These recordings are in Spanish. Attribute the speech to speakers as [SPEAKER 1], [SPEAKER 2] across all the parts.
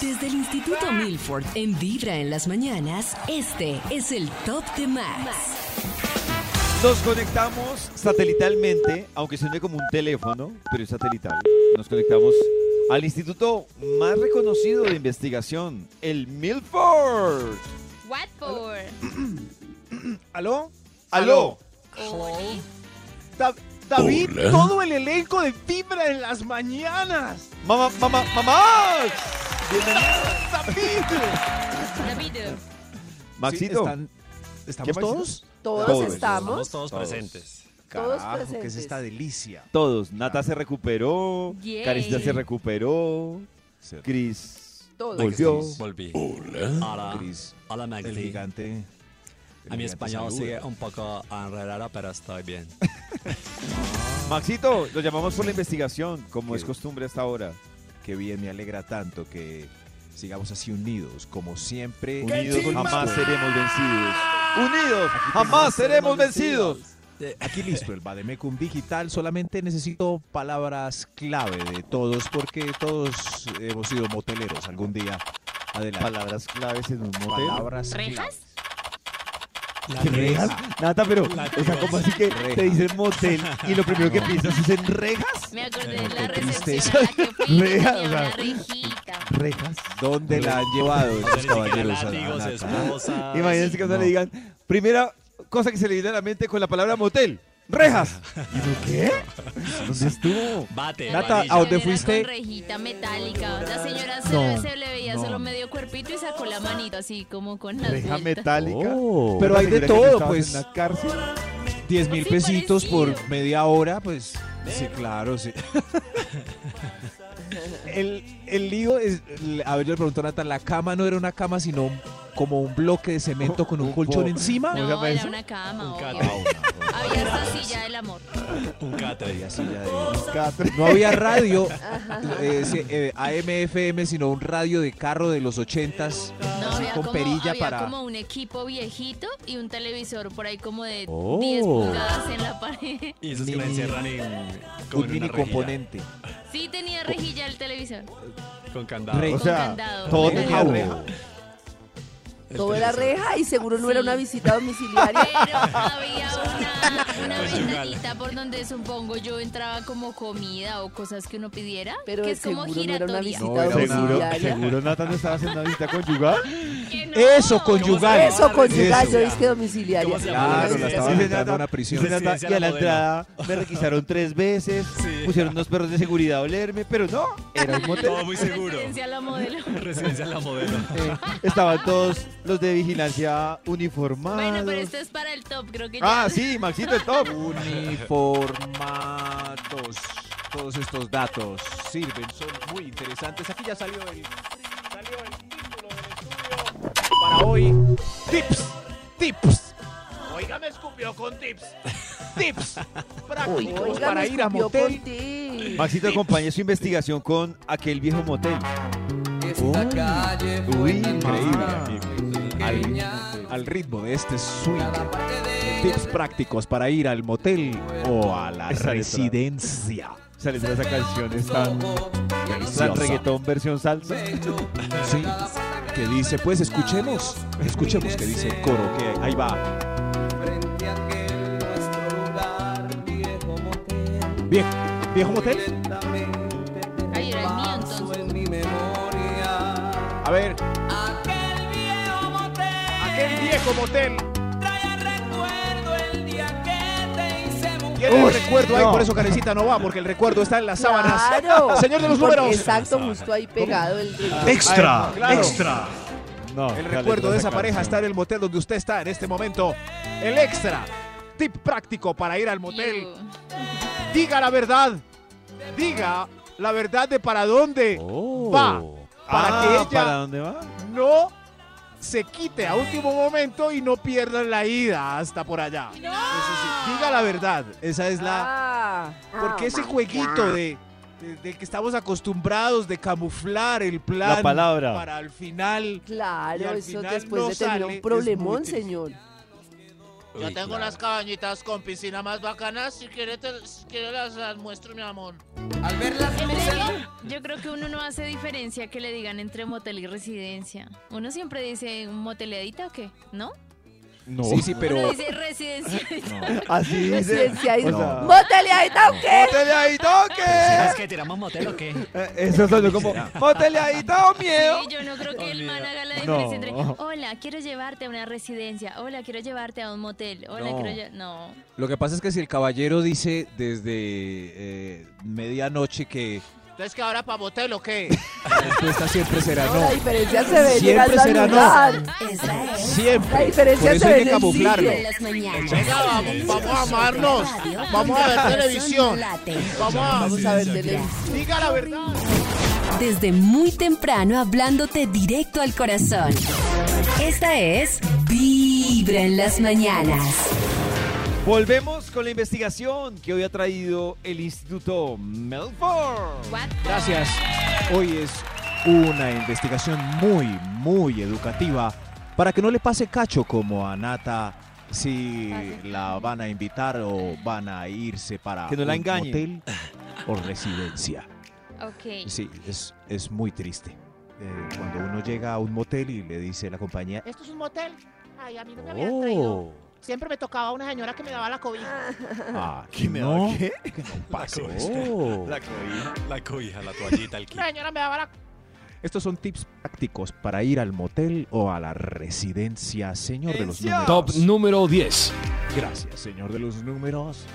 [SPEAKER 1] Desde el Instituto Milford, en Vibra en las mañanas, este es el Top de Max.
[SPEAKER 2] Nos conectamos satelitalmente, aunque suene como un teléfono, pero es satelital. Nos conectamos al instituto más reconocido de investigación, el Milford.
[SPEAKER 3] Watford.
[SPEAKER 2] ¿Aló? ¿Aló?
[SPEAKER 3] Oli.
[SPEAKER 4] Da- David, todo el elenco de Vibra en las mañanas.
[SPEAKER 2] Mamá, mamá, mamá.
[SPEAKER 4] David.
[SPEAKER 3] David.
[SPEAKER 2] Maxito.
[SPEAKER 4] Sí, están- ¿Estamos
[SPEAKER 2] ¿Qué, Maxito?
[SPEAKER 4] todos?
[SPEAKER 5] Todos,
[SPEAKER 2] Todos.
[SPEAKER 5] estamos.
[SPEAKER 6] todos
[SPEAKER 2] Todos.
[SPEAKER 6] presentes.
[SPEAKER 5] Todos
[SPEAKER 4] Carajo, ¿qué es
[SPEAKER 5] presentes.
[SPEAKER 4] esta delicia?
[SPEAKER 2] Todos. Nata se recuperó.
[SPEAKER 3] Yay.
[SPEAKER 2] Karencita se recuperó. Chris
[SPEAKER 5] Todos.
[SPEAKER 2] volvió.
[SPEAKER 6] Volví. Hola.
[SPEAKER 4] Chris,
[SPEAKER 6] Hola,
[SPEAKER 4] el
[SPEAKER 6] Magdi.
[SPEAKER 4] gigante.
[SPEAKER 6] A mi español sigue
[SPEAKER 4] sigue
[SPEAKER 6] un poco enredado, pero estoy bien.
[SPEAKER 2] Maxito, lo llamamos por la investigación, como
[SPEAKER 4] ¿Qué?
[SPEAKER 2] es costumbre hasta ahora.
[SPEAKER 4] Qué bien, me alegra tanto que sigamos así unidos, como siempre.
[SPEAKER 2] Unidos
[SPEAKER 4] con
[SPEAKER 2] jamás
[SPEAKER 4] Master.
[SPEAKER 2] seremos vencidos. Unidos jamás seremos vencidos.
[SPEAKER 4] Aquí listo, el Bademecum Digital. Solamente necesito palabras clave de todos, porque todos hemos sido moteleros algún día. Adelante.
[SPEAKER 2] Palabras claves en un motel.
[SPEAKER 4] palabras
[SPEAKER 3] ¿Rejas?
[SPEAKER 6] La
[SPEAKER 2] ¿Qué rejas? Nata, pero, o sea, ¿cómo así que te dicen motel y lo primero que piensas es en rejas?
[SPEAKER 3] Me acordé de
[SPEAKER 4] Qué
[SPEAKER 3] la recepción
[SPEAKER 4] tristeza.
[SPEAKER 3] a la que fui. que
[SPEAKER 2] Reja,
[SPEAKER 3] tenía
[SPEAKER 2] o sea.
[SPEAKER 3] una rejita.
[SPEAKER 2] Rejas.
[SPEAKER 4] ¿Dónde la han llevado estos caballeros? a la
[SPEAKER 6] Amigos,
[SPEAKER 4] nata?
[SPEAKER 6] esposas.
[SPEAKER 2] Ah, Imagínense que a uno
[SPEAKER 4] no.
[SPEAKER 2] le digan, primera cosa que se le viene a la mente con la palabra motel, rejas. ¿Y tú qué? ¿Dónde estuvo?
[SPEAKER 6] Bate.
[SPEAKER 3] La
[SPEAKER 4] Nata, ¿a
[SPEAKER 3] recepción
[SPEAKER 4] dónde
[SPEAKER 3] era
[SPEAKER 4] fuiste?
[SPEAKER 3] Con rejita metálica. La señora se,
[SPEAKER 2] No,
[SPEAKER 3] se le veía
[SPEAKER 2] no.
[SPEAKER 3] solo medio cuerpito y sacó la manito así como con las
[SPEAKER 2] Reja
[SPEAKER 3] vueltas.
[SPEAKER 2] metálica.
[SPEAKER 4] Oh. Pero
[SPEAKER 2] Una
[SPEAKER 4] hay de
[SPEAKER 2] señora que
[SPEAKER 4] todo,
[SPEAKER 2] estaba
[SPEAKER 4] pues.
[SPEAKER 2] En la cárcel.
[SPEAKER 4] 10 mil
[SPEAKER 3] Sí,
[SPEAKER 4] pesitos
[SPEAKER 3] parecido.
[SPEAKER 4] por media hora, pues sí, claro, sí. El, el lío es, el- a ver, yo le pregunto a Nata, la cama no era una cama, sino un- como un bloque de cemento con un colchón
[SPEAKER 2] bo-
[SPEAKER 4] encima.
[SPEAKER 2] ¿Cómo se
[SPEAKER 3] No,
[SPEAKER 2] llama
[SPEAKER 3] era
[SPEAKER 2] eso?
[SPEAKER 3] una cama.
[SPEAKER 6] Un
[SPEAKER 3] obvio.
[SPEAKER 6] catre.
[SPEAKER 3] Había esta silla del amor.
[SPEAKER 6] Un catre.
[SPEAKER 4] Había silla de-
[SPEAKER 2] Catre.
[SPEAKER 4] No había radio eh, sí, eh, AM/FM, sino un radio de carro de los ochentas,
[SPEAKER 3] No,
[SPEAKER 4] así
[SPEAKER 3] había,
[SPEAKER 4] con
[SPEAKER 3] como,
[SPEAKER 4] perilla
[SPEAKER 3] había
[SPEAKER 4] para.
[SPEAKER 3] como un equipo viejito y un televisor por ahí como de
[SPEAKER 4] Oh.
[SPEAKER 3] 10 pulgadas en la pared.
[SPEAKER 6] Y esos que la
[SPEAKER 4] Mini-
[SPEAKER 6] encierran en. como
[SPEAKER 4] un
[SPEAKER 6] en una
[SPEAKER 4] mini
[SPEAKER 6] rejilla,
[SPEAKER 4] componente.
[SPEAKER 3] Sí tenía rejilla el televisor.
[SPEAKER 6] Con candado.
[SPEAKER 4] Re-
[SPEAKER 2] O
[SPEAKER 3] Con
[SPEAKER 2] sea,
[SPEAKER 3] candado.
[SPEAKER 2] todo
[SPEAKER 3] Reja.
[SPEAKER 2] tenía reja.
[SPEAKER 6] El
[SPEAKER 5] Todo era
[SPEAKER 6] televisor.
[SPEAKER 5] reja y seguro no
[SPEAKER 3] Sí.
[SPEAKER 5] era una visita domiciliaria.
[SPEAKER 3] Pero había una, una
[SPEAKER 6] Conyugal.
[SPEAKER 3] ventanita por donde supongo yo entraba como comida o cosas que uno pidiera.
[SPEAKER 5] Pero
[SPEAKER 3] que es como
[SPEAKER 5] seguro no era una
[SPEAKER 3] giratoria.
[SPEAKER 5] visita
[SPEAKER 4] No, era una-
[SPEAKER 2] ¿Seguro,
[SPEAKER 5] domiciliaria.
[SPEAKER 2] ¿Seguro Nata no estaba haciendo una visita conyugal?
[SPEAKER 3] Que no.
[SPEAKER 4] Eso, conyugal.
[SPEAKER 5] Eso conyugal,
[SPEAKER 4] Eso.
[SPEAKER 5] yo dije domiciliaria.
[SPEAKER 6] ¿Cómo se llama?
[SPEAKER 4] Claro,
[SPEAKER 6] Sí,
[SPEAKER 4] la
[SPEAKER 6] sí,
[SPEAKER 4] estaban
[SPEAKER 2] sí,
[SPEAKER 4] entrando a una
[SPEAKER 2] Y
[SPEAKER 4] prisión.
[SPEAKER 2] se nota-
[SPEAKER 6] sí,
[SPEAKER 2] y a la
[SPEAKER 6] modelo.
[SPEAKER 2] entrada me requisaron tres veces,
[SPEAKER 6] Sí.
[SPEAKER 2] pusieron unos perros de seguridad a olerme, pero no, era un motel.
[SPEAKER 6] Todo muy seguro.
[SPEAKER 3] Referencia a la modelo.
[SPEAKER 6] Residencia la modelo.
[SPEAKER 2] Eh, estaban todos los de vigilancia uniformados.
[SPEAKER 3] Bueno, pero este esto es para el top, creo que ya.
[SPEAKER 2] Ah, sí, Maxito el top.
[SPEAKER 4] uniformados. Todos estos datos sirven, son muy interesantes. Aquí ya salió el, salió el título del estudio para hoy. Tips, tips. Oiga, me escupió con tips. Tips prácticos
[SPEAKER 5] Oiga,
[SPEAKER 4] para
[SPEAKER 5] me
[SPEAKER 4] ir a
[SPEAKER 5] escupió
[SPEAKER 4] motel.
[SPEAKER 5] con ti.
[SPEAKER 2] Maxito acompaña su investigación con aquel viejo motel.
[SPEAKER 7] Esta calle fue
[SPEAKER 2] Uy,
[SPEAKER 7] tan
[SPEAKER 2] increíble,
[SPEAKER 7] más
[SPEAKER 4] Al,
[SPEAKER 7] pequeña.
[SPEAKER 4] al ritmo de este swing.
[SPEAKER 7] Cada parte de ella
[SPEAKER 4] Tips prácticos para ir al motel o a la
[SPEAKER 2] Esa letra.
[SPEAKER 4] residencia.
[SPEAKER 2] Sale de esa
[SPEAKER 7] se
[SPEAKER 2] canción,
[SPEAKER 7] ve
[SPEAKER 2] está
[SPEAKER 7] un poco
[SPEAKER 2] tan reggaetón versión salsa.
[SPEAKER 7] bello.
[SPEAKER 4] Sí, que dice, pues escuchemos, escuchemos que dice el coro, que ahí va.
[SPEAKER 7] Frente a aquel nuestro lugar, viejo motel.
[SPEAKER 4] Viejo, viejo
[SPEAKER 7] Muy
[SPEAKER 4] motel.
[SPEAKER 7] lentamente te
[SPEAKER 3] Ay, era el mío,
[SPEAKER 7] paso
[SPEAKER 3] entonces.
[SPEAKER 7] en mi memoria.
[SPEAKER 4] A ver,
[SPEAKER 7] Aquel viejo motel.
[SPEAKER 4] aquel viejo motel.
[SPEAKER 7] Trae el recuerdo el día que te hice mujer.
[SPEAKER 4] Tiene
[SPEAKER 2] Uy,
[SPEAKER 4] el recuerdo ahí,
[SPEAKER 2] no.
[SPEAKER 4] por eso Carecita no va, porque el recuerdo está en las sábanas.
[SPEAKER 5] Claro.
[SPEAKER 4] Señor de los
[SPEAKER 5] Porque
[SPEAKER 4] números.
[SPEAKER 5] Exacto, justo ahí pegado el
[SPEAKER 6] Ah,
[SPEAKER 4] Extra,
[SPEAKER 2] extra. No,
[SPEAKER 4] El
[SPEAKER 2] sale
[SPEAKER 4] recuerdo de esa pareja está en
[SPEAKER 2] canción.
[SPEAKER 4] el motel donde usted está en este momento. El extra. Tip práctico para ir al motel.
[SPEAKER 3] Ew.
[SPEAKER 4] Diga la verdad. Diga la verdad de para dónde va. Para
[SPEAKER 2] Oh. Ah,
[SPEAKER 4] que ella
[SPEAKER 2] ¿Para dónde va?
[SPEAKER 4] no se quite a último momento y no pierdan la ida hasta por allá. Eso sí, diga la verdad. Esa es la.
[SPEAKER 5] Ah,
[SPEAKER 4] Porque ese jueguito de, de- del que estamos acostumbrados de camuflar el plan
[SPEAKER 2] palabra.
[SPEAKER 4] para al final. Y
[SPEAKER 5] claro,
[SPEAKER 4] al
[SPEAKER 5] eso
[SPEAKER 4] final
[SPEAKER 5] después
[SPEAKER 4] no
[SPEAKER 5] de tener
[SPEAKER 4] sale,
[SPEAKER 5] un
[SPEAKER 4] es muy
[SPEAKER 5] problemón,
[SPEAKER 4] triste.
[SPEAKER 5] señor.
[SPEAKER 7] Yo
[SPEAKER 6] Uy,
[SPEAKER 7] tengo
[SPEAKER 6] claro.
[SPEAKER 7] unas cabañitas con piscina más bacanas. Si quieres, te- si quieres las, las muestro, mi amor.
[SPEAKER 8] Al verlas
[SPEAKER 3] En
[SPEAKER 8] puse-
[SPEAKER 3] realidad, yo creo que uno no hace diferencia que le digan entre motel y residencia. Uno siempre dice moteleadita o qué, ¿no?
[SPEAKER 2] No.
[SPEAKER 4] Sí, sí, pero.
[SPEAKER 3] Uno dice residencia.
[SPEAKER 2] Así dice.
[SPEAKER 5] Residencialismo.
[SPEAKER 2] o sea-
[SPEAKER 5] ¡Mótele ahí, toque!
[SPEAKER 2] ¡Mótele ahí,
[SPEAKER 6] ¿Serás
[SPEAKER 2] toque!
[SPEAKER 6] que tiramos motel o qué?
[SPEAKER 2] Eh, Eso sonó como, ¡Mótele ahí, toque, miedo!
[SPEAKER 3] Sí, yo no creo que el man haga la
[SPEAKER 2] No.
[SPEAKER 3] diferencia entre hola, quiero llevarte a una residencia, hola, quiero llevarte a un motel, hola,
[SPEAKER 4] No.
[SPEAKER 3] quiero lle-". No.
[SPEAKER 4] Lo que pasa es que si el caballero dice desde eh, medianoche que
[SPEAKER 7] Entonces, que ahora para motel o qué?
[SPEAKER 4] la respuesta siempre será
[SPEAKER 5] No, la
[SPEAKER 4] no.
[SPEAKER 5] diferencia se ve
[SPEAKER 4] Siempre
[SPEAKER 5] llegando al
[SPEAKER 4] será no.
[SPEAKER 5] lugar.
[SPEAKER 1] Esta es
[SPEAKER 5] La
[SPEAKER 4] Siempre.
[SPEAKER 5] diferencia
[SPEAKER 4] Por eso
[SPEAKER 5] se
[SPEAKER 4] hay que
[SPEAKER 5] ve en el
[SPEAKER 4] camuflarlo.
[SPEAKER 5] sitio.
[SPEAKER 1] las mañanas.
[SPEAKER 7] Venga, vamos, vamos a amarnos. Vamos a ver televisión. Vamos a.
[SPEAKER 5] Vamos a ver televisión.
[SPEAKER 7] Diga la verdad.
[SPEAKER 1] Desde muy temprano hablándote directo al corazón. Esta es Vibra en las mañanas.
[SPEAKER 2] Volvemos con la investigación que hoy ha traído el Instituto Melford.
[SPEAKER 3] What?
[SPEAKER 4] Gracias. Hoy es una investigación muy, muy educativa para que no le pase cacho como a Nata si la van a invitar o van a irse para
[SPEAKER 2] Que no la
[SPEAKER 4] un
[SPEAKER 2] engañen.
[SPEAKER 4] hotel o residencia.
[SPEAKER 3] Ok.
[SPEAKER 4] Sí, es, es muy triste. eh, cuando uno llega a un motel y le dice la compañía,
[SPEAKER 7] ¿Esto es un motel? Ay, a mí no me habían traído.
[SPEAKER 4] ¡Oh!
[SPEAKER 7] Siempre me tocaba una señora que me daba la cobija.
[SPEAKER 4] Ah,
[SPEAKER 6] ¿Qué me da?
[SPEAKER 4] no,
[SPEAKER 6] ¿Qué?
[SPEAKER 4] que no pase.
[SPEAKER 6] cobija.
[SPEAKER 4] Oh.
[SPEAKER 6] La cobija, la cobija, la toallita, el kit.
[SPEAKER 7] La señora me daba la
[SPEAKER 4] Estos son tips prácticos para ir al motel o a la residencia, señor de los
[SPEAKER 2] Residencia.
[SPEAKER 4] números.
[SPEAKER 9] Top número 10.
[SPEAKER 4] Gracias, señor de los números.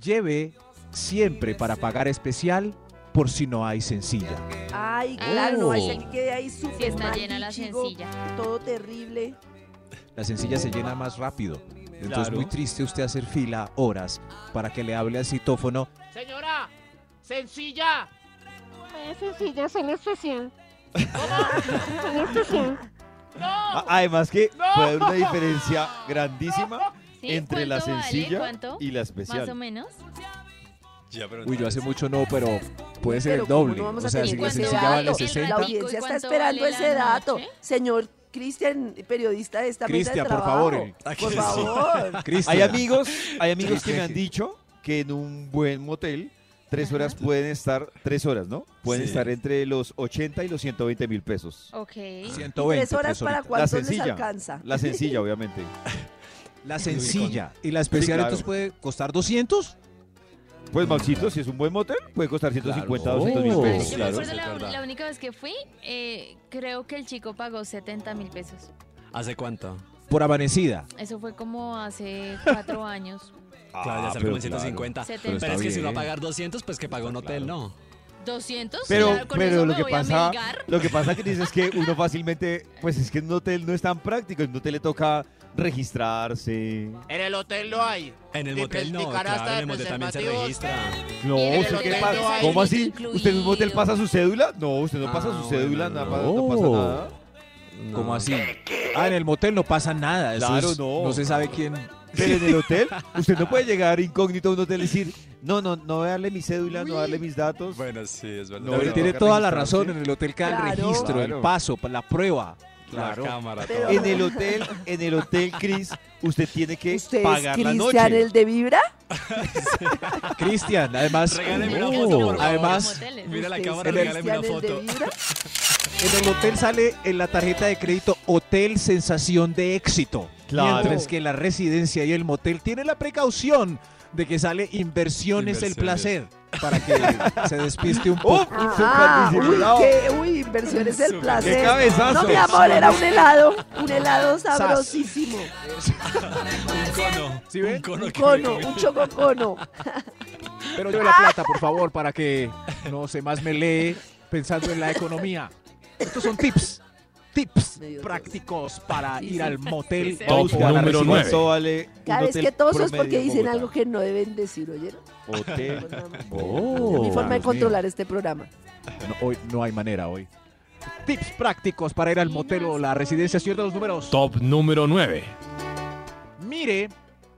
[SPEAKER 4] Lleve siempre para pagar especial por si no hay sencilla.
[SPEAKER 5] Ay, claro, no hay que
[SPEAKER 6] Oh.
[SPEAKER 5] quede ahí
[SPEAKER 3] Si
[SPEAKER 5] súper
[SPEAKER 3] está
[SPEAKER 5] mal
[SPEAKER 3] llena la
[SPEAKER 5] bichigo,
[SPEAKER 3] sencilla.
[SPEAKER 5] Todo terrible.
[SPEAKER 4] La sencilla se llena más rápido. Entonces
[SPEAKER 2] Claro.
[SPEAKER 4] muy triste usted hacer fila horas para que le hable al citófono.
[SPEAKER 7] Señora, sencilla.
[SPEAKER 10] sencilla, soy la estación.
[SPEAKER 2] A- Además que
[SPEAKER 7] No.
[SPEAKER 2] puede haber una diferencia grandísima
[SPEAKER 3] Sí,
[SPEAKER 2] entre la
[SPEAKER 3] ¿cuánto vale?
[SPEAKER 2] sencilla
[SPEAKER 3] ¿Cuánto?
[SPEAKER 2] y la
[SPEAKER 3] Más o
[SPEAKER 2] especial.
[SPEAKER 3] menos.
[SPEAKER 6] Ya, pero
[SPEAKER 4] Uy, yo hace
[SPEAKER 6] entonces-
[SPEAKER 4] mucho no, pero puede ser
[SPEAKER 5] Pero
[SPEAKER 4] el
[SPEAKER 5] ¿cómo
[SPEAKER 4] doble.
[SPEAKER 5] no vamos a
[SPEAKER 4] o sea,
[SPEAKER 5] tener
[SPEAKER 4] si la
[SPEAKER 5] ese
[SPEAKER 4] sencilla
[SPEAKER 5] dato?
[SPEAKER 4] vale
[SPEAKER 3] El
[SPEAKER 4] 60.
[SPEAKER 5] La
[SPEAKER 3] ratico, ¿y
[SPEAKER 5] audiencia está
[SPEAKER 3] cuánto
[SPEAKER 5] esperando
[SPEAKER 3] vale
[SPEAKER 5] ese
[SPEAKER 3] la
[SPEAKER 5] dato.
[SPEAKER 3] noche?
[SPEAKER 5] Señor Cristian, periodista de esta mesa de
[SPEAKER 4] Cristian, por
[SPEAKER 5] trabajo.
[SPEAKER 4] favor.
[SPEAKER 6] Ah, que
[SPEAKER 5] Por
[SPEAKER 6] sí.
[SPEAKER 5] favor.
[SPEAKER 4] Cristian.
[SPEAKER 2] Hay amigos, hay amigos
[SPEAKER 4] Sí,
[SPEAKER 2] que me
[SPEAKER 4] sí,
[SPEAKER 2] han
[SPEAKER 4] sí.
[SPEAKER 2] dicho que en un buen motel tres horas pueden estar, tres horas, ¿no? Pueden
[SPEAKER 6] Sí.
[SPEAKER 2] estar entre los 80 y los 120 mil pesos.
[SPEAKER 3] Ok.
[SPEAKER 4] 120
[SPEAKER 5] Tres horas
[SPEAKER 4] personitas.
[SPEAKER 5] para
[SPEAKER 2] La
[SPEAKER 5] cuánto les
[SPEAKER 2] sencilla.
[SPEAKER 5] alcanza.
[SPEAKER 2] La sencilla, obviamente.
[SPEAKER 4] La sencilla. Y la especial
[SPEAKER 2] claro.
[SPEAKER 4] entonces puede costar 200.
[SPEAKER 2] Pues Maxito, si es un buen motel, puede costar 150 o 200 mil
[SPEAKER 4] Oh.
[SPEAKER 2] pesos.
[SPEAKER 3] Yo me
[SPEAKER 6] Claro,
[SPEAKER 3] acuerdo
[SPEAKER 6] sí, es
[SPEAKER 3] la,
[SPEAKER 6] verdad.
[SPEAKER 3] la única vez que fui, eh, creo que el chico pagó 70 mil pesos.
[SPEAKER 6] ¿Hace cuánto?
[SPEAKER 4] Por amanecida.
[SPEAKER 3] Eso fue como hace cuatro años.
[SPEAKER 6] Claro, ya sale
[SPEAKER 2] pero
[SPEAKER 6] como en 150.
[SPEAKER 3] claro.
[SPEAKER 6] Pero,
[SPEAKER 3] Setenta.
[SPEAKER 6] es que si va a
[SPEAKER 4] bien.
[SPEAKER 6] pagar 200, pues que pagó un hotel, no.
[SPEAKER 3] 200.
[SPEAKER 2] Pero,
[SPEAKER 3] Claro, con
[SPEAKER 2] pero
[SPEAKER 3] eso
[SPEAKER 2] lo
[SPEAKER 3] me
[SPEAKER 2] que
[SPEAKER 3] voy
[SPEAKER 2] pasa,
[SPEAKER 3] A melgar.
[SPEAKER 2] lo que pasa Cris, es que uno fácilmente, pues es que en un hotel no es tan práctico, en un hotel le toca registrarse.
[SPEAKER 7] En el hotel no hay.
[SPEAKER 6] En el
[SPEAKER 7] Ni
[SPEAKER 6] motel no,
[SPEAKER 7] practicar
[SPEAKER 6] claro,
[SPEAKER 7] hasta
[SPEAKER 6] en el motel también se
[SPEAKER 7] preservativos.
[SPEAKER 6] registra.
[SPEAKER 2] No,
[SPEAKER 3] Y en el
[SPEAKER 2] ¿usted
[SPEAKER 3] hotel
[SPEAKER 2] qué
[SPEAKER 3] no
[SPEAKER 2] pasa?
[SPEAKER 3] hay
[SPEAKER 2] ¿Cómo
[SPEAKER 3] ni
[SPEAKER 2] así?
[SPEAKER 3] incluido.
[SPEAKER 2] ¿Usted en un hotel pasa su cédula? No, usted no pasa
[SPEAKER 6] Ah,
[SPEAKER 2] su cédula,
[SPEAKER 6] bueno,
[SPEAKER 2] nada,
[SPEAKER 4] no.
[SPEAKER 2] no pasa
[SPEAKER 3] Oh.
[SPEAKER 2] nada.
[SPEAKER 6] No.
[SPEAKER 4] ¿Cómo así? Ah, en el motel no pasa nada. eso
[SPEAKER 2] Claro,
[SPEAKER 4] es-
[SPEAKER 2] no.
[SPEAKER 4] No se sabe quién.
[SPEAKER 2] Pero en el hotel, usted no puede llegar incógnito a un hotel y decir, no, no, no voy a darle mi cédula, no voy a darle mis datos.
[SPEAKER 6] Bueno, sí, es verdad.
[SPEAKER 2] No,
[SPEAKER 4] David
[SPEAKER 2] no,
[SPEAKER 4] tiene
[SPEAKER 2] toca
[SPEAKER 4] toda la
[SPEAKER 2] registrarse.
[SPEAKER 4] razón. En el hotel cada
[SPEAKER 5] Claro.
[SPEAKER 4] registro, el
[SPEAKER 2] Claro.
[SPEAKER 4] paso, la prueba.
[SPEAKER 6] La cámara,
[SPEAKER 5] Pero-
[SPEAKER 6] todo.
[SPEAKER 2] En el hotel, en el hotel, Cris, usted tiene que
[SPEAKER 5] ¿Usted es
[SPEAKER 2] pagar la noche.
[SPEAKER 5] Cristian el de Vibra?
[SPEAKER 4] Cristian, además.
[SPEAKER 6] Regáleme una
[SPEAKER 4] Oh.
[SPEAKER 6] foto, por favor.
[SPEAKER 4] Además,
[SPEAKER 3] Moteles.
[SPEAKER 6] Mira la
[SPEAKER 5] ¿Usted es
[SPEAKER 6] cámara,
[SPEAKER 4] en el-
[SPEAKER 6] regáleme una
[SPEAKER 5] Cristian el de
[SPEAKER 6] foto.
[SPEAKER 5] Vibra?
[SPEAKER 4] en el hotel sale en la tarjeta de crédito Hotel Sensación de Éxito.
[SPEAKER 2] Claro.
[SPEAKER 4] Mientras que la residencia y el motel tienen la precaución de que sale Inversiones, el
[SPEAKER 6] Inversiones.
[SPEAKER 4] Placer. Para que se despiste un
[SPEAKER 2] ¡Uf!
[SPEAKER 4] poco.
[SPEAKER 5] Ah,
[SPEAKER 2] Súper
[SPEAKER 5] uy,
[SPEAKER 2] disimulado.
[SPEAKER 5] qué, uy, inversión es el
[SPEAKER 6] Súper.
[SPEAKER 2] ¡Qué
[SPEAKER 5] placer.
[SPEAKER 2] cabezazo!
[SPEAKER 5] No, mi amor, era un helado, un helado sabrosísimo.
[SPEAKER 6] Un cono.
[SPEAKER 4] ¿Sí
[SPEAKER 6] un
[SPEAKER 4] ven?
[SPEAKER 6] cono
[SPEAKER 5] Un
[SPEAKER 6] que
[SPEAKER 5] cono,
[SPEAKER 6] me comí.
[SPEAKER 5] un chococono.
[SPEAKER 4] Pero yo la plata, por favor, para que no se más me lee pensando en la economía. Estos son tips, tips
[SPEAKER 5] Me dio tos.
[SPEAKER 4] prácticos para
[SPEAKER 3] Sí,
[SPEAKER 4] ir
[SPEAKER 3] sí.
[SPEAKER 4] al motel
[SPEAKER 3] Sí,
[SPEAKER 4] o
[SPEAKER 2] Top
[SPEAKER 4] a la
[SPEAKER 9] número
[SPEAKER 4] residencia.
[SPEAKER 9] nueve.
[SPEAKER 2] ¿Cuánto vale un
[SPEAKER 5] Cada vez
[SPEAKER 2] hotel
[SPEAKER 5] que todos es
[SPEAKER 2] promedio
[SPEAKER 5] porque
[SPEAKER 2] en
[SPEAKER 5] dicen
[SPEAKER 2] Bogotá?
[SPEAKER 5] algo que no deben decir, ¿oyeron?
[SPEAKER 2] Hotel.
[SPEAKER 5] Pues, no,
[SPEAKER 4] Oh.
[SPEAKER 5] mi forma de
[SPEAKER 4] Dios mío.
[SPEAKER 5] controlar este programa.
[SPEAKER 4] No, hoy no hay manera hoy. tips prácticos para ir al motel o la residencia. Señor de los números.
[SPEAKER 8] Top número 9.
[SPEAKER 4] Mire,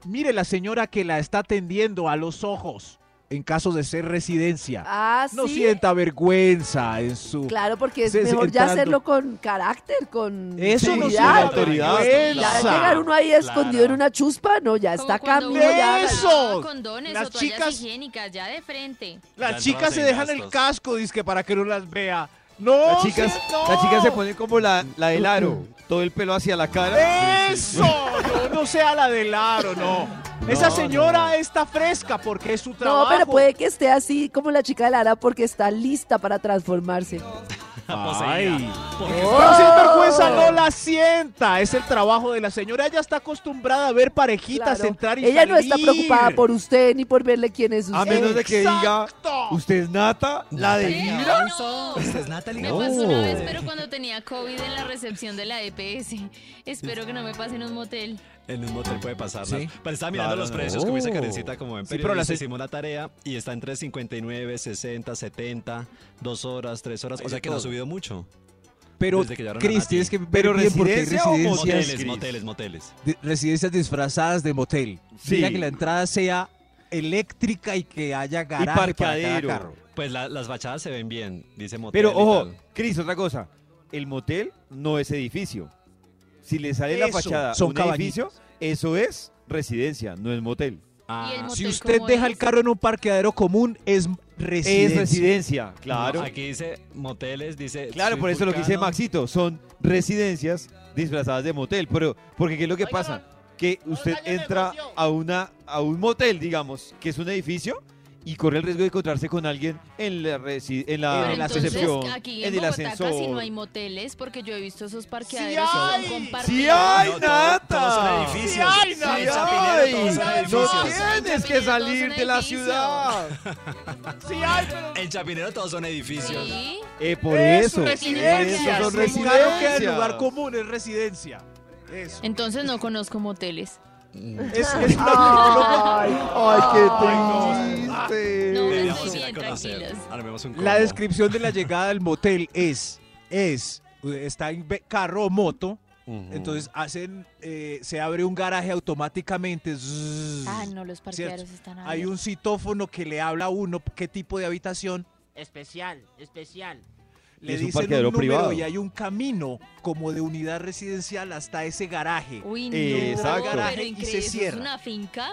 [SPEAKER 4] mire la señora que la está atendiendo a los ojos en caso de ser residencia.
[SPEAKER 5] Ah,
[SPEAKER 4] No
[SPEAKER 5] sí.
[SPEAKER 4] sienta vergüenza en su...
[SPEAKER 5] Claro, porque es
[SPEAKER 4] Se- se-
[SPEAKER 5] mejor ya
[SPEAKER 4] entrando.
[SPEAKER 5] hacerlo con carácter, con
[SPEAKER 4] Eso no
[SPEAKER 2] Sí,
[SPEAKER 4] es
[SPEAKER 2] la
[SPEAKER 5] seguridad.
[SPEAKER 2] autoridad.
[SPEAKER 5] Ya
[SPEAKER 4] vergüenza.
[SPEAKER 5] llegar uno ahí escondido en una chuspa, no, ya está
[SPEAKER 3] cambiando
[SPEAKER 5] cambio. Ya,
[SPEAKER 4] ¡Eso!
[SPEAKER 3] Condones
[SPEAKER 4] Las
[SPEAKER 3] o toallas
[SPEAKER 4] chicas-
[SPEAKER 3] higiénicas, ya de frente.
[SPEAKER 4] Las
[SPEAKER 6] Las
[SPEAKER 4] chicas
[SPEAKER 6] más
[SPEAKER 4] se
[SPEAKER 6] en
[SPEAKER 4] dejan el
[SPEAKER 6] gastos.
[SPEAKER 4] casco, dizque, para que no las vea. No,
[SPEAKER 2] Las chicas,
[SPEAKER 4] sí, no.
[SPEAKER 2] las chicas se ponen como la, la del aro, todo el pelo hacia la cara.
[SPEAKER 4] ¡Eso! No, no sea la del aro, no. Esa
[SPEAKER 6] No,
[SPEAKER 4] señora
[SPEAKER 6] no, no.
[SPEAKER 4] está fresca porque es su
[SPEAKER 5] no,
[SPEAKER 4] trabajo.
[SPEAKER 5] pero puede que esté así como la chica de Lara porque está lista para transformarse.
[SPEAKER 4] Ay.
[SPEAKER 5] ¡Oh!
[SPEAKER 4] Pero sin vergüenza no la sienta. Es el trabajo de la señora. Ella está acostumbrada a ver parejitas
[SPEAKER 5] Claro.
[SPEAKER 4] entrar y
[SPEAKER 5] Ella no está
[SPEAKER 4] salir. Ah,
[SPEAKER 5] preocupada por usted ni por verle quién es
[SPEAKER 2] A
[SPEAKER 5] usted.
[SPEAKER 2] menos de que diga,
[SPEAKER 4] ¡Exacto!
[SPEAKER 2] ¿usted es nata? ¿La de
[SPEAKER 3] ¿Eh?
[SPEAKER 2] Libra?
[SPEAKER 3] No.
[SPEAKER 6] Esta es Natalie.
[SPEAKER 3] Me pasó una vez, pero cuando tenía COVID en la recepción de la EPS. Espero que no me pase en un motel.
[SPEAKER 6] En un motel puede pasar. ¿no?
[SPEAKER 4] Sí.
[SPEAKER 6] Pero estaba mirando
[SPEAKER 2] Claro,
[SPEAKER 6] los
[SPEAKER 2] no.
[SPEAKER 6] precios, como dice Karencita, como en
[SPEAKER 4] Sí,
[SPEAKER 6] sí,
[SPEAKER 4] pero
[SPEAKER 6] pero
[SPEAKER 4] la se-
[SPEAKER 6] hicimos la tarea y está entre 59, 60, 70, 2 horas, 3 horas. O sea que no ha subido mucho.
[SPEAKER 4] Pero,
[SPEAKER 6] Desde que llegaron a
[SPEAKER 4] Cris,
[SPEAKER 6] Nati.
[SPEAKER 4] tienes que ver
[SPEAKER 2] ¿Pero
[SPEAKER 4] bien porque hay
[SPEAKER 2] residencia o
[SPEAKER 4] residencias,
[SPEAKER 2] Moteles,
[SPEAKER 6] Moteles,
[SPEAKER 2] Cris.
[SPEAKER 6] moteles, moteles.
[SPEAKER 4] di- residencias disfrazadas de motel.
[SPEAKER 2] Sí.
[SPEAKER 4] Mira que la entrada sea eléctrica y que haya garaje para cada
[SPEAKER 2] parqueadero.
[SPEAKER 4] carro.
[SPEAKER 6] Pues la- las fachadas se ven bien, dice motel.
[SPEAKER 2] Pero
[SPEAKER 6] y
[SPEAKER 2] ojo,
[SPEAKER 6] tal.
[SPEAKER 2] Cris, otra cosa. El motel no es edificio. Si le sale la
[SPEAKER 4] Eso,
[SPEAKER 2] fachada
[SPEAKER 4] son
[SPEAKER 2] un
[SPEAKER 4] cabañitas.
[SPEAKER 2] edificio, eso es residencia, no es motel.
[SPEAKER 6] Ah,
[SPEAKER 3] el
[SPEAKER 4] Si
[SPEAKER 3] motel
[SPEAKER 4] usted
[SPEAKER 3] cómo
[SPEAKER 4] deja
[SPEAKER 3] es?
[SPEAKER 4] el carro en un parqueadero común, es
[SPEAKER 2] Es
[SPEAKER 4] residencia.
[SPEAKER 2] residencia,
[SPEAKER 6] claro.
[SPEAKER 2] claro.
[SPEAKER 6] aquí dice moteles, dice.
[SPEAKER 2] Claro,
[SPEAKER 6] soy
[SPEAKER 2] por eso lo que dice
[SPEAKER 6] vulcano.
[SPEAKER 2] Maxito, son residencias disfrazadas de motel. Pero, porque ¿qué es lo que pasa? Que usted entra a, una, a un motel, digamos, que es un edificio, y corre el riesgo de encontrarse con alguien en la, resi- en Ah, la,
[SPEAKER 3] Pero
[SPEAKER 2] en la
[SPEAKER 3] entonces,
[SPEAKER 2] recepción,
[SPEAKER 3] aquí en,
[SPEAKER 2] en el
[SPEAKER 3] Bogotá casi no
[SPEAKER 2] ascensor.
[SPEAKER 3] hay moteles porque yo he visto esos parqueaderos
[SPEAKER 4] hay!
[SPEAKER 3] que son compartidos.
[SPEAKER 2] ¡Sí hay,
[SPEAKER 6] No, todo- todos son
[SPEAKER 2] Nata!
[SPEAKER 6] edificios.
[SPEAKER 2] ¡Sí hay,
[SPEAKER 6] Sí,
[SPEAKER 2] Nata!
[SPEAKER 6] Chapinero,
[SPEAKER 2] ¡Ay!
[SPEAKER 6] todos son
[SPEAKER 2] ¡No
[SPEAKER 6] edificios.
[SPEAKER 2] tienes que
[SPEAKER 3] Chapinero,
[SPEAKER 2] salir
[SPEAKER 3] todos son
[SPEAKER 2] de la
[SPEAKER 3] edificios.
[SPEAKER 2] ciudad!
[SPEAKER 6] En Chapinero todos son edificios.
[SPEAKER 3] Sí,
[SPEAKER 2] Eh, por
[SPEAKER 4] Es
[SPEAKER 2] eso,
[SPEAKER 4] residencia.
[SPEAKER 2] eso son
[SPEAKER 4] Lo raro que
[SPEAKER 2] residencias.
[SPEAKER 4] el lugar común es residencia. Eso.
[SPEAKER 3] entonces no conozco moteles.
[SPEAKER 4] Es, es una
[SPEAKER 5] Ay,
[SPEAKER 2] ¡Ay,
[SPEAKER 4] Ay,
[SPEAKER 2] qué triste!
[SPEAKER 3] No, muy
[SPEAKER 6] Deberíamos ir eh, a
[SPEAKER 3] bien,
[SPEAKER 6] conocer.
[SPEAKER 3] tranquilos.
[SPEAKER 6] Armemos un
[SPEAKER 4] La
[SPEAKER 6] combo.
[SPEAKER 4] descripción de la llegada al motel es, es, está en ve- carro o moto,
[SPEAKER 6] Ujú.
[SPEAKER 4] entonces hacen, eh, se abre un garaje automáticamente. zzz.
[SPEAKER 3] Ah, no, los parqueaderos están
[SPEAKER 5] Ah,
[SPEAKER 4] Hay
[SPEAKER 3] abiertos.
[SPEAKER 4] un citófono que le habla a uno qué tipo de habitación,
[SPEAKER 7] Especial, especial.
[SPEAKER 4] le
[SPEAKER 2] Es un
[SPEAKER 4] dicen
[SPEAKER 2] parqueadero
[SPEAKER 4] un número
[SPEAKER 2] privado.
[SPEAKER 4] y hay un camino como de unidad residencial hasta ese garaje.
[SPEAKER 3] Uy, no,
[SPEAKER 2] Eh, exacto.
[SPEAKER 3] pero
[SPEAKER 4] Garaje y se
[SPEAKER 3] increíble, ¿eso
[SPEAKER 4] cierra.
[SPEAKER 3] ¿Es una finca?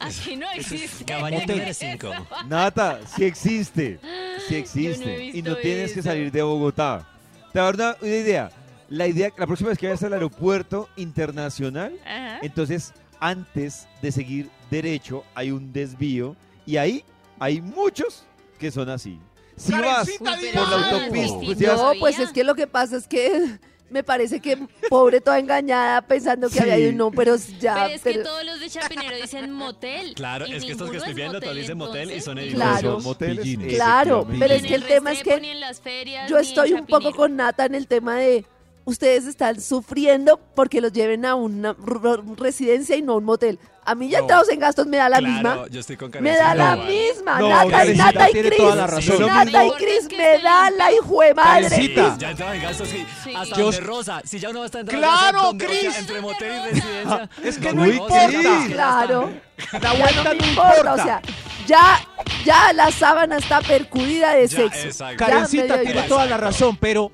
[SPEAKER 3] Así no existe.
[SPEAKER 6] Cabaña
[SPEAKER 3] eso.
[SPEAKER 6] número cinco.
[SPEAKER 2] Nata, sí existe. Sí existe.
[SPEAKER 3] Yo no he
[SPEAKER 2] y
[SPEAKER 3] visto
[SPEAKER 2] no tienes que
[SPEAKER 3] eso.
[SPEAKER 2] salir de Bogotá. Te voy a dar una, una idea. La idea, la próxima vez que vayas al aeropuerto internacional,
[SPEAKER 3] Ajá.
[SPEAKER 2] entonces antes de seguir derecho hay un desvío y ahí hay muchos que son así. Si vas
[SPEAKER 4] Karencita,
[SPEAKER 3] Uy, pero
[SPEAKER 2] por la
[SPEAKER 3] ah,
[SPEAKER 2] autopista,
[SPEAKER 3] sí,
[SPEAKER 2] pues
[SPEAKER 3] sí,
[SPEAKER 2] ya-
[SPEAKER 5] No,
[SPEAKER 3] sabía.
[SPEAKER 5] pues es que lo que pasa es que me parece que pobre toda engañada pensando que
[SPEAKER 2] Sí.
[SPEAKER 5] había ido no, pero
[SPEAKER 3] Pero
[SPEAKER 5] ya.
[SPEAKER 3] es que
[SPEAKER 5] pero-
[SPEAKER 3] todos los de Chapinero dicen motel.
[SPEAKER 6] Claro,
[SPEAKER 3] y
[SPEAKER 6] es que estos que
[SPEAKER 3] ninguno
[SPEAKER 6] estoy
[SPEAKER 3] es
[SPEAKER 6] viendo todos dicen motel y son
[SPEAKER 3] entonces,
[SPEAKER 6] edificios.
[SPEAKER 5] Claro.
[SPEAKER 2] Son moteles,
[SPEAKER 4] Pillines.
[SPEAKER 5] Claro,
[SPEAKER 2] efectivamente.
[SPEAKER 5] pero
[SPEAKER 3] Ni
[SPEAKER 5] es
[SPEAKER 3] en
[SPEAKER 5] que el
[SPEAKER 3] el
[SPEAKER 5] tema es
[SPEAKER 3] Restrepo,
[SPEAKER 5] que
[SPEAKER 3] ni en las ferias,
[SPEAKER 5] Yo
[SPEAKER 3] ni en
[SPEAKER 5] estoy un poco
[SPEAKER 3] Chapinero.
[SPEAKER 5] con Nata en el tema de ustedes están sufriendo porque los lleven a una r- r- residencia y no a un motel. A mí ya
[SPEAKER 6] No.
[SPEAKER 5] entrados en gastos me da la
[SPEAKER 6] Claro,
[SPEAKER 5] misma.
[SPEAKER 6] yo estoy con
[SPEAKER 5] Me
[SPEAKER 6] Karencita
[SPEAKER 5] da la
[SPEAKER 6] igual.
[SPEAKER 5] misma.
[SPEAKER 2] No,
[SPEAKER 5] Nata, y
[SPEAKER 2] Karencita
[SPEAKER 5] Nata y
[SPEAKER 4] tiene
[SPEAKER 5] Cris.
[SPEAKER 4] toda la razón.
[SPEAKER 5] Nata y
[SPEAKER 3] Lo
[SPEAKER 5] Cris
[SPEAKER 3] mismo.
[SPEAKER 5] me da la hijo de madre.
[SPEAKER 4] Karencita.
[SPEAKER 6] Ya entraba en gastos y
[SPEAKER 3] Sí.
[SPEAKER 6] hasta
[SPEAKER 4] Yo-
[SPEAKER 6] donde Rosa. Si ya uno está entrando
[SPEAKER 4] ¡Claro, Cris!
[SPEAKER 6] entre motel y residencia.
[SPEAKER 4] Es que
[SPEAKER 2] no
[SPEAKER 6] Uy,
[SPEAKER 4] importa.
[SPEAKER 6] sí, ya está.
[SPEAKER 5] Claro.
[SPEAKER 4] La
[SPEAKER 5] Ya no
[SPEAKER 4] vuelta
[SPEAKER 5] me
[SPEAKER 4] no
[SPEAKER 5] importa.
[SPEAKER 4] importa.
[SPEAKER 5] O sea, ya, ya la sábana está percudida de
[SPEAKER 6] Ya,
[SPEAKER 5] sexo.
[SPEAKER 6] exacto.
[SPEAKER 5] Ya
[SPEAKER 4] Karencita
[SPEAKER 5] medio
[SPEAKER 4] tiene
[SPEAKER 5] ya.
[SPEAKER 4] toda la razón, pero,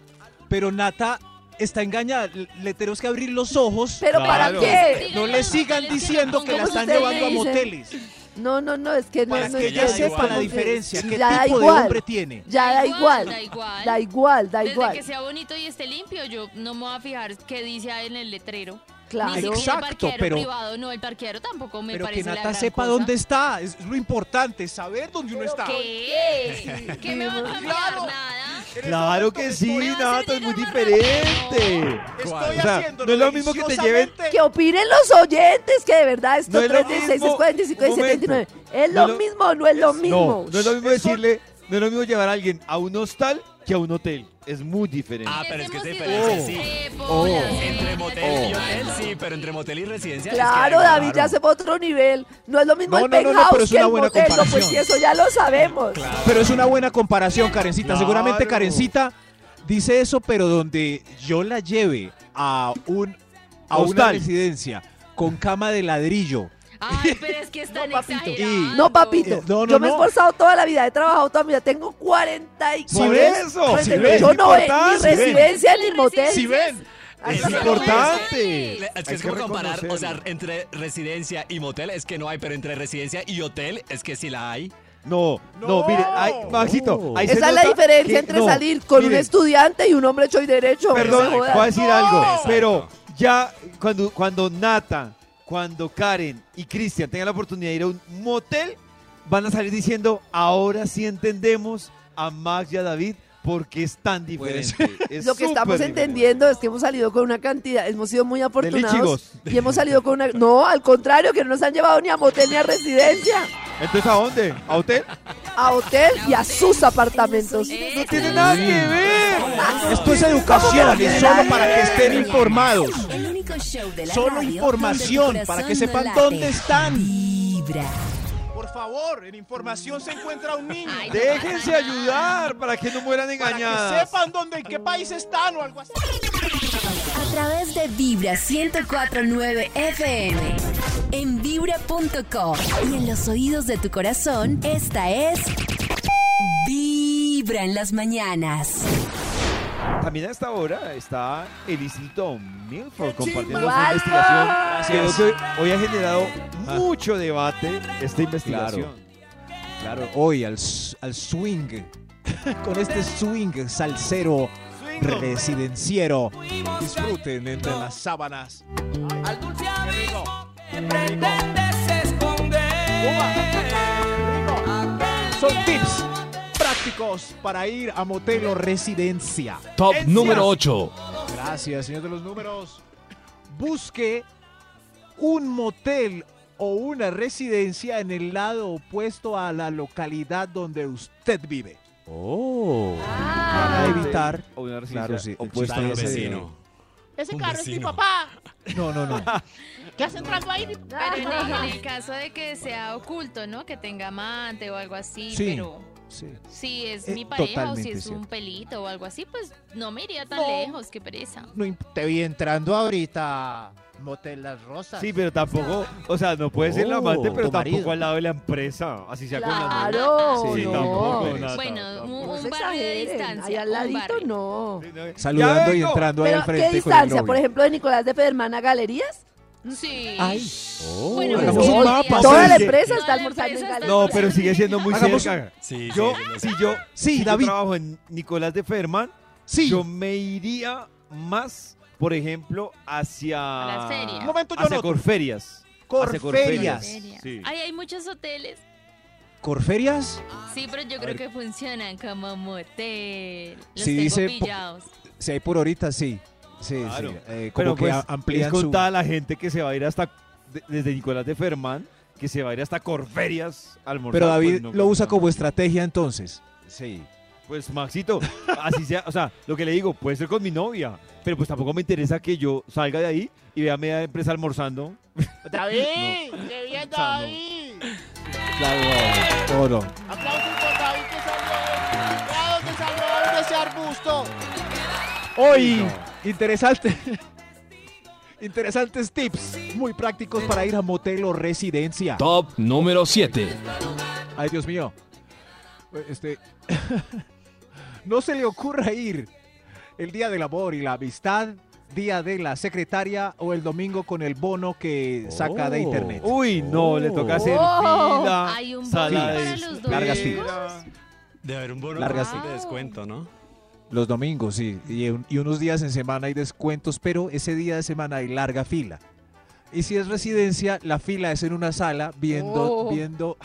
[SPEAKER 4] pero Nata está engañada. Le- Le tenemos que abrir los ojos.
[SPEAKER 5] Pero
[SPEAKER 2] Claro.
[SPEAKER 5] ¿para qué?
[SPEAKER 4] No le sigan diciendo que la
[SPEAKER 5] ¿Cómo
[SPEAKER 4] están
[SPEAKER 5] ustedes
[SPEAKER 4] llevando a
[SPEAKER 5] dicen?
[SPEAKER 4] moteles.
[SPEAKER 5] No, no, no, es que no,
[SPEAKER 4] Para
[SPEAKER 5] no
[SPEAKER 4] que
[SPEAKER 5] es
[SPEAKER 4] ella
[SPEAKER 5] que-
[SPEAKER 4] sepa la
[SPEAKER 5] no-
[SPEAKER 4] diferencia. ¿Qué
[SPEAKER 5] ya da
[SPEAKER 4] tipo de
[SPEAKER 5] igual,
[SPEAKER 4] hombre tiene?
[SPEAKER 5] Ya da igual.
[SPEAKER 3] Da igual.
[SPEAKER 5] Da igual, da
[SPEAKER 3] Desde
[SPEAKER 5] igual.
[SPEAKER 3] que sea bonito y esté limpio, yo no me voy a fijar qué dice ahí en el letrero. Ni
[SPEAKER 5] Claro.
[SPEAKER 3] siquiera
[SPEAKER 4] Exacto,
[SPEAKER 3] el parqueadero
[SPEAKER 4] pero-
[SPEAKER 3] privado, no, el parqueadero tampoco me
[SPEAKER 4] Pero que
[SPEAKER 3] parece la
[SPEAKER 4] Nata
[SPEAKER 3] gran
[SPEAKER 4] sepa
[SPEAKER 3] cosa.
[SPEAKER 4] dónde está. Es lo importante, saber dónde uno está.
[SPEAKER 3] ¿Qué? ¿Qué me va a cambiar?
[SPEAKER 4] Claro.
[SPEAKER 3] Nada.
[SPEAKER 4] En este
[SPEAKER 2] Claro
[SPEAKER 4] momento
[SPEAKER 2] que
[SPEAKER 4] estoy-
[SPEAKER 2] sí,
[SPEAKER 3] Me vas a
[SPEAKER 2] Nata, es muy
[SPEAKER 3] llegar
[SPEAKER 2] diferente.
[SPEAKER 4] Estoy
[SPEAKER 2] O sea,
[SPEAKER 4] haciendo
[SPEAKER 2] no es lo mismo que te lleven-
[SPEAKER 5] Que opinen los oyentes, que de verdad esto
[SPEAKER 2] No es lo
[SPEAKER 5] 36,
[SPEAKER 2] mismo.
[SPEAKER 5] 45 y
[SPEAKER 2] Un momento.
[SPEAKER 5] 79. Es
[SPEAKER 2] No
[SPEAKER 5] lo
[SPEAKER 2] es lo-
[SPEAKER 5] mismo, no es lo mismo.
[SPEAKER 2] No, no es lo mismo
[SPEAKER 4] Eso-
[SPEAKER 2] decirle, no es lo mismo llevar a alguien a un hostal que a un hotel. Es muy diferente.
[SPEAKER 6] Ah, pero es que es
[SPEAKER 3] Hemos ido
[SPEAKER 6] diferente, sí.
[SPEAKER 3] al Restrepo,
[SPEAKER 2] Oh.
[SPEAKER 3] la
[SPEAKER 6] Entre
[SPEAKER 3] Serna,
[SPEAKER 6] motel
[SPEAKER 4] Oh.
[SPEAKER 6] y
[SPEAKER 3] la
[SPEAKER 6] hotel,
[SPEAKER 3] Serna.
[SPEAKER 6] sí, pero entre motel y residencia. es que
[SPEAKER 5] Claro,
[SPEAKER 6] hay-
[SPEAKER 5] David, ya se va a otro nivel. No es lo mismo
[SPEAKER 4] No,
[SPEAKER 5] el
[SPEAKER 4] no, no, no,
[SPEAKER 5] penthouse
[SPEAKER 4] pero es
[SPEAKER 5] que
[SPEAKER 4] una
[SPEAKER 5] el
[SPEAKER 4] buena
[SPEAKER 5] motel. No, pues
[SPEAKER 4] comparación.
[SPEAKER 5] sí, eso ya lo sabemos.
[SPEAKER 4] Pero es una buena comparación, Karencita. Seguramente
[SPEAKER 2] Claro.
[SPEAKER 4] Karencita Dice eso, pero donde yo la lleve a un a una
[SPEAKER 2] Hostal.
[SPEAKER 4] residencia con cama de ladrillo.
[SPEAKER 3] Ay, pero es que están exagerando.
[SPEAKER 5] No, papito.
[SPEAKER 4] Eh, no, no,
[SPEAKER 5] yo me he
[SPEAKER 4] no.
[SPEAKER 5] esforzado toda la vida, he trabajado toda mi vida. Tengo 45.
[SPEAKER 2] Por eso,
[SPEAKER 4] si ven,
[SPEAKER 5] yo no he ni
[SPEAKER 2] importante.
[SPEAKER 5] residencia ni motel.
[SPEAKER 3] Si
[SPEAKER 4] ven.
[SPEAKER 5] Hasta
[SPEAKER 6] es
[SPEAKER 5] ahora no he-
[SPEAKER 2] importante.
[SPEAKER 6] Le- Es
[SPEAKER 2] Hay
[SPEAKER 6] que es
[SPEAKER 2] que
[SPEAKER 6] como comparar, o sea,
[SPEAKER 2] reconocerlo.
[SPEAKER 6] entre residencia y motel es que no hay, pero entre residencia y hotel es que sí la hay.
[SPEAKER 2] No, no, mire, ay, Maxito, ahí se
[SPEAKER 5] Esa es la
[SPEAKER 2] nota
[SPEAKER 5] diferencia
[SPEAKER 2] que-
[SPEAKER 5] entre
[SPEAKER 2] no,
[SPEAKER 5] salir con un
[SPEAKER 2] mire,
[SPEAKER 5] estudiante y un hombre hecho y derecho.
[SPEAKER 2] Perdón,
[SPEAKER 5] no
[SPEAKER 2] voy
[SPEAKER 5] jodas.
[SPEAKER 2] a decir algo,
[SPEAKER 6] Exacto.
[SPEAKER 2] pero ya cuando, cuando Nata, cuando Karen y Cristian tengan la oportunidad de ir a un motel, van a salir diciendo, ahora sí entendemos a Max y a David porque es tan diferente. Es
[SPEAKER 5] Lo que estamos
[SPEAKER 2] súper
[SPEAKER 5] entendiendo es que hemos salido con una cantidad, hemos sido muy afortunados
[SPEAKER 2] lichigos.
[SPEAKER 5] y hemos salido con una... No, al contrario, que no nos han llevado ni a motel ni a residencia,
[SPEAKER 2] diferente. Entonces, ¿a dónde? ¿A hotel?
[SPEAKER 5] a hotel y a sus apartamentos.
[SPEAKER 2] No tiene nada que ver.
[SPEAKER 4] Esto es educación, es solo para que estén informados.
[SPEAKER 1] El único show de la
[SPEAKER 4] Solo
[SPEAKER 1] radio donde tu
[SPEAKER 4] información
[SPEAKER 1] corazón
[SPEAKER 4] para
[SPEAKER 1] no
[SPEAKER 4] que sepan
[SPEAKER 1] late.
[SPEAKER 4] dónde están.
[SPEAKER 1] Vibra.
[SPEAKER 4] Por favor, en información se encuentra un niño.
[SPEAKER 3] Ay,
[SPEAKER 2] Déjense ayudar para que no mueran engañadas.
[SPEAKER 4] dónde, en qué país están o algo así.
[SPEAKER 1] A través de Vibra 1049 FM. En vibra.com. Y en los oídos de tu corazón, esta es. Vibra en las mañanas.
[SPEAKER 2] También a esta hora está el Instituto Milford compartiendo su
[SPEAKER 5] ¡Guau!
[SPEAKER 2] investigación. que hoy, hoy ha generado
[SPEAKER 4] Ah,
[SPEAKER 2] mucho debate esta investigación.
[SPEAKER 4] Claro, hoy al, s- al swing. Con este swing salsero residenciero. Disfruten entre las sábanas. Son tips prácticos para ir a motel o residencia.
[SPEAKER 8] Top número 8.
[SPEAKER 4] Gracias, señor de los números. Busque un motel o una residencia en el lado opuesto a la localidad donde usted vive.
[SPEAKER 8] Oh.
[SPEAKER 5] Ah.
[SPEAKER 4] Para evitar.
[SPEAKER 2] O una residencia
[SPEAKER 4] Claro, sí,
[SPEAKER 2] opuesta
[SPEAKER 4] existe
[SPEAKER 2] a
[SPEAKER 4] un
[SPEAKER 2] ese-
[SPEAKER 6] vecino.
[SPEAKER 10] Ese
[SPEAKER 6] Un
[SPEAKER 10] carro es mi
[SPEAKER 6] vecino.
[SPEAKER 10] papá.
[SPEAKER 4] No, no, no.
[SPEAKER 10] ¿Qué hace entrando ahí? mi papá?
[SPEAKER 3] Pero en el, en el caso de que sea oculto, ¿no? Que tenga amante o algo así,
[SPEAKER 4] Sí.
[SPEAKER 3] pero
[SPEAKER 4] Sí.
[SPEAKER 3] si es
[SPEAKER 4] Eh,
[SPEAKER 3] mi pareja o si
[SPEAKER 4] totalmente
[SPEAKER 3] es un
[SPEAKER 4] cierto.
[SPEAKER 3] pelito o algo así, pues no me iría tan
[SPEAKER 10] No.
[SPEAKER 3] lejos, qué pereza.
[SPEAKER 4] No imp-
[SPEAKER 9] Te vi entrando ahorita, Motel Las Rosas.
[SPEAKER 2] Sí, pero tampoco, o sea, no puede ser la amante,
[SPEAKER 9] Oh,
[SPEAKER 2] pero
[SPEAKER 9] tu marido.
[SPEAKER 2] tampoco al lado de la empresa, así sea con la novia.
[SPEAKER 5] Claro,
[SPEAKER 4] Sí,
[SPEAKER 2] Sí,
[SPEAKER 5] no.
[SPEAKER 2] tampoco.
[SPEAKER 4] Bueno,
[SPEAKER 2] nada,
[SPEAKER 3] Bueno,
[SPEAKER 2] tampoco.
[SPEAKER 3] un,
[SPEAKER 5] No
[SPEAKER 3] un
[SPEAKER 5] se
[SPEAKER 3] barrio de
[SPEAKER 5] exageren,
[SPEAKER 3] distancia.
[SPEAKER 5] ahí al
[SPEAKER 3] un
[SPEAKER 5] ladito
[SPEAKER 3] barrio.
[SPEAKER 5] no.
[SPEAKER 2] Sí, no, ya
[SPEAKER 4] Saludando y
[SPEAKER 2] vengo.
[SPEAKER 4] entrando ahí
[SPEAKER 5] Pero,
[SPEAKER 4] al frente
[SPEAKER 5] ¿qué
[SPEAKER 4] con el
[SPEAKER 5] distancia?
[SPEAKER 4] novio.
[SPEAKER 5] Por ejemplo, de Nicolás de Federman a Galerías.
[SPEAKER 3] Sí.
[SPEAKER 6] Oh.
[SPEAKER 3] Bueno,
[SPEAKER 4] Hagamos
[SPEAKER 3] sí,
[SPEAKER 4] un
[SPEAKER 3] sí,
[SPEAKER 4] mapa,
[SPEAKER 3] Ah, sí.
[SPEAKER 5] Toda la
[SPEAKER 2] sí.
[SPEAKER 5] empresa
[SPEAKER 3] Toda
[SPEAKER 5] está
[SPEAKER 3] la
[SPEAKER 5] almorzando en
[SPEAKER 3] empresa está
[SPEAKER 5] Galerías.
[SPEAKER 2] No, pero sigue siendo muy
[SPEAKER 4] Hagamos
[SPEAKER 2] cerca.
[SPEAKER 6] Sí,
[SPEAKER 2] Yo,
[SPEAKER 6] sí, sí,
[SPEAKER 2] si
[SPEAKER 6] sí.
[SPEAKER 2] yo,
[SPEAKER 4] Sí,
[SPEAKER 2] si yo
[SPEAKER 4] David.
[SPEAKER 2] trabajo en Nicolás de Ferman,
[SPEAKER 4] Sí.
[SPEAKER 2] yo me iría más, por ejemplo, hacia.
[SPEAKER 3] A las ferias. Un
[SPEAKER 4] momento, yo
[SPEAKER 2] hacia
[SPEAKER 4] anoto.
[SPEAKER 2] Corferias. Hacia
[SPEAKER 4] Corferias.
[SPEAKER 3] Feria.
[SPEAKER 2] Sí.
[SPEAKER 3] Ay, hay muchos hoteles.
[SPEAKER 4] ¿Corferias?
[SPEAKER 3] Sí, pero yo creo que funcionan como motel. Los
[SPEAKER 4] Sí,
[SPEAKER 3] tengo
[SPEAKER 4] dice, po-
[SPEAKER 3] pillados.
[SPEAKER 4] Si hay por ahorita, sí. Sí,
[SPEAKER 2] Claro.
[SPEAKER 4] sí. Eh,
[SPEAKER 2] Pero
[SPEAKER 4] como que
[SPEAKER 2] pues,
[SPEAKER 4] a- amplían
[SPEAKER 2] es
[SPEAKER 4] su-
[SPEAKER 2] contada la gente que se va a ir hasta. de- desde Nicolás de Ferman, que se va a ir hasta Corferias a almorzar.
[SPEAKER 4] Pero David
[SPEAKER 2] pues, no,
[SPEAKER 4] lo
[SPEAKER 2] pues,
[SPEAKER 4] usa
[SPEAKER 2] no.
[SPEAKER 4] como estrategia entonces. Sí.
[SPEAKER 2] Pues Maxito, así sea, o sea, lo que le digo, puede ser con mi novia, pero pues tampoco me interesa que yo salga de ahí y vea a media empresa almorzando.
[SPEAKER 7] David, qué bien,
[SPEAKER 2] O sea, no.
[SPEAKER 7] David.
[SPEAKER 4] No, no.
[SPEAKER 7] Aplausos por David que salió. Aplausos que salió de ese arbusto.
[SPEAKER 4] Hoy, interesante. Interesantes tips muy prácticos para ir a motel o residencia.
[SPEAKER 8] Top número 7.
[SPEAKER 4] Ay, Dios mío. Este. no se le ocurra ir el día del amor y la amistad, día de la secretaria o el domingo con el bono que saca de
[SPEAKER 6] Oh.
[SPEAKER 4] internet.
[SPEAKER 2] Uy, no, le toca hacer
[SPEAKER 5] Oh.
[SPEAKER 2] fila,
[SPEAKER 3] Hay un
[SPEAKER 2] sala
[SPEAKER 4] bono
[SPEAKER 2] de
[SPEAKER 4] para
[SPEAKER 3] los
[SPEAKER 4] Largas
[SPEAKER 2] espera.
[SPEAKER 6] Debe haber un bono
[SPEAKER 4] Largas.
[SPEAKER 6] de descuento, ¿no?
[SPEAKER 4] Los domingos, sí. Y, un- y unos días en semana hay descuentos, pero ese día de semana hay larga fila. Y si es residencia, la fila es en una sala viendo,
[SPEAKER 3] Oh.
[SPEAKER 4] viendo.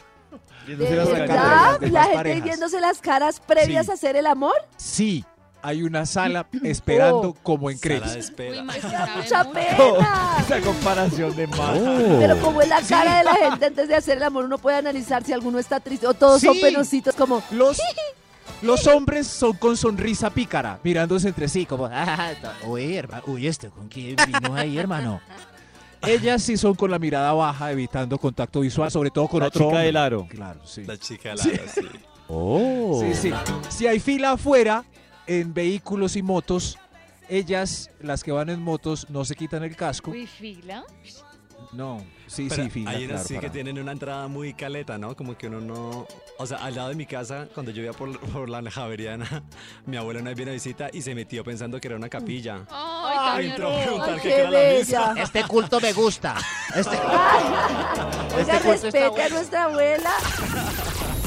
[SPEAKER 2] Yéndose
[SPEAKER 5] ¿De
[SPEAKER 2] las
[SPEAKER 4] verdad?
[SPEAKER 2] carreras.
[SPEAKER 5] verdad?
[SPEAKER 4] de
[SPEAKER 5] ¿La
[SPEAKER 4] las
[SPEAKER 5] gente
[SPEAKER 4] parejas.
[SPEAKER 5] viéndose las caras previas
[SPEAKER 4] Sí.
[SPEAKER 5] a hacer el amor?
[SPEAKER 4] Sí, hay una sala esperando
[SPEAKER 5] Oh.
[SPEAKER 4] como en
[SPEAKER 6] Sala de
[SPEAKER 4] crepes.
[SPEAKER 3] Uy,
[SPEAKER 6] espera.
[SPEAKER 3] Max,
[SPEAKER 5] ¡Mucha
[SPEAKER 3] sabe mucho.
[SPEAKER 5] pena!
[SPEAKER 2] Esa comparación de más.
[SPEAKER 5] Pero como es la cara de la gente antes de hacer el amor, uno puede analizar si alguno está triste o todos son
[SPEAKER 4] Sí.
[SPEAKER 5] penositos como...
[SPEAKER 4] Los, los hombres son con sonrisa pícara, mirándose entre sí, como. "Ah, ta-
[SPEAKER 9] Uy, hermano, uy, este con quién vino ahí, hermano.
[SPEAKER 4] Ellas sí son con la mirada baja, evitando contacto visual, sobre todo con
[SPEAKER 2] La
[SPEAKER 4] otro
[SPEAKER 2] chica
[SPEAKER 4] hombre.
[SPEAKER 2] del aro.
[SPEAKER 4] Claro, sí.
[SPEAKER 6] La chica Lara, sí.
[SPEAKER 4] Oh.
[SPEAKER 2] Oh.
[SPEAKER 4] Sí, sí. Si hay fila afuera, en vehículos y motos, ellas, las que van en motos, no se quitan el casco.
[SPEAKER 3] Uy, fila.
[SPEAKER 4] No, sí,
[SPEAKER 6] Pero
[SPEAKER 4] sí, fila.
[SPEAKER 6] Hay unas
[SPEAKER 4] claro,
[SPEAKER 6] sí que
[SPEAKER 4] para.
[SPEAKER 6] tienen una entrada muy caleta, ¿no? Como que uno no. O sea, al lado de mi casa, cuando yo iba por, por la Javeriana, mi abuela una vez vino a visita y se metió pensando que era una capilla.
[SPEAKER 3] Ay,
[SPEAKER 6] Ay,
[SPEAKER 3] tan
[SPEAKER 6] entró a
[SPEAKER 3] hermoso.
[SPEAKER 6] preguntar
[SPEAKER 5] qué
[SPEAKER 6] qué era la misa.
[SPEAKER 5] bella.
[SPEAKER 9] Este culto me gusta. Este...
[SPEAKER 5] Oiga,
[SPEAKER 9] Este cuento está
[SPEAKER 5] respete a
[SPEAKER 9] bueno.
[SPEAKER 5] nuestra abuela.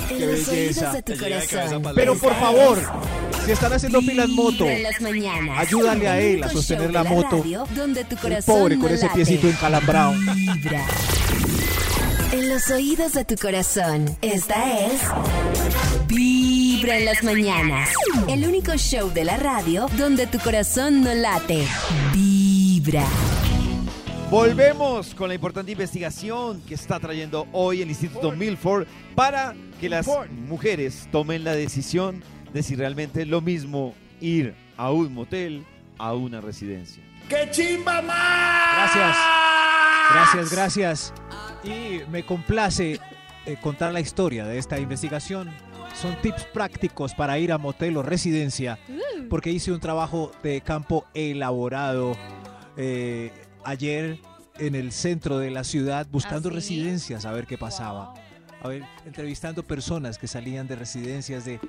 [SPEAKER 4] Qué
[SPEAKER 1] En los
[SPEAKER 4] belleza.
[SPEAKER 1] oídos de tu
[SPEAKER 6] Te llega de cabeza
[SPEAKER 1] corazón.
[SPEAKER 6] para
[SPEAKER 4] Pero por favor, si están haciendo fila
[SPEAKER 1] Vibra
[SPEAKER 4] en moto,
[SPEAKER 1] en las mañanas.
[SPEAKER 4] ayúdale a él a
[SPEAKER 1] Único
[SPEAKER 4] sostener
[SPEAKER 1] show
[SPEAKER 4] la
[SPEAKER 1] de
[SPEAKER 4] moto.
[SPEAKER 1] radio donde tu
[SPEAKER 4] el
[SPEAKER 1] corazón
[SPEAKER 4] pobre
[SPEAKER 1] no
[SPEAKER 4] con ese
[SPEAKER 1] late.
[SPEAKER 4] piecito encalambrado.
[SPEAKER 1] Vibra. En los oídos de tu corazón. Esta es. Vibra en las mañanas. El único show de la radio donde tu corazón no late. Vibra.
[SPEAKER 2] Volvemos con la importante investigación que está trayendo hoy el Instituto Milford para que las mujeres tomen la decisión de si realmente es lo mismo ir a un motel, a una residencia.
[SPEAKER 4] Gracias.
[SPEAKER 3] Ah.
[SPEAKER 4] Gracias, gracias. Y me complace eh, contar la historia de esta investigación. Son tips prácticos para ir a motel o residencia,
[SPEAKER 3] Mm.
[SPEAKER 4] porque hice un trabajo de campo elaborado eh, ayer en el centro de la ciudad buscando
[SPEAKER 3] ¿Ah, sí?
[SPEAKER 4] residencias a ver qué pasaba. A ver, entrevistando personas que salían de residencias de...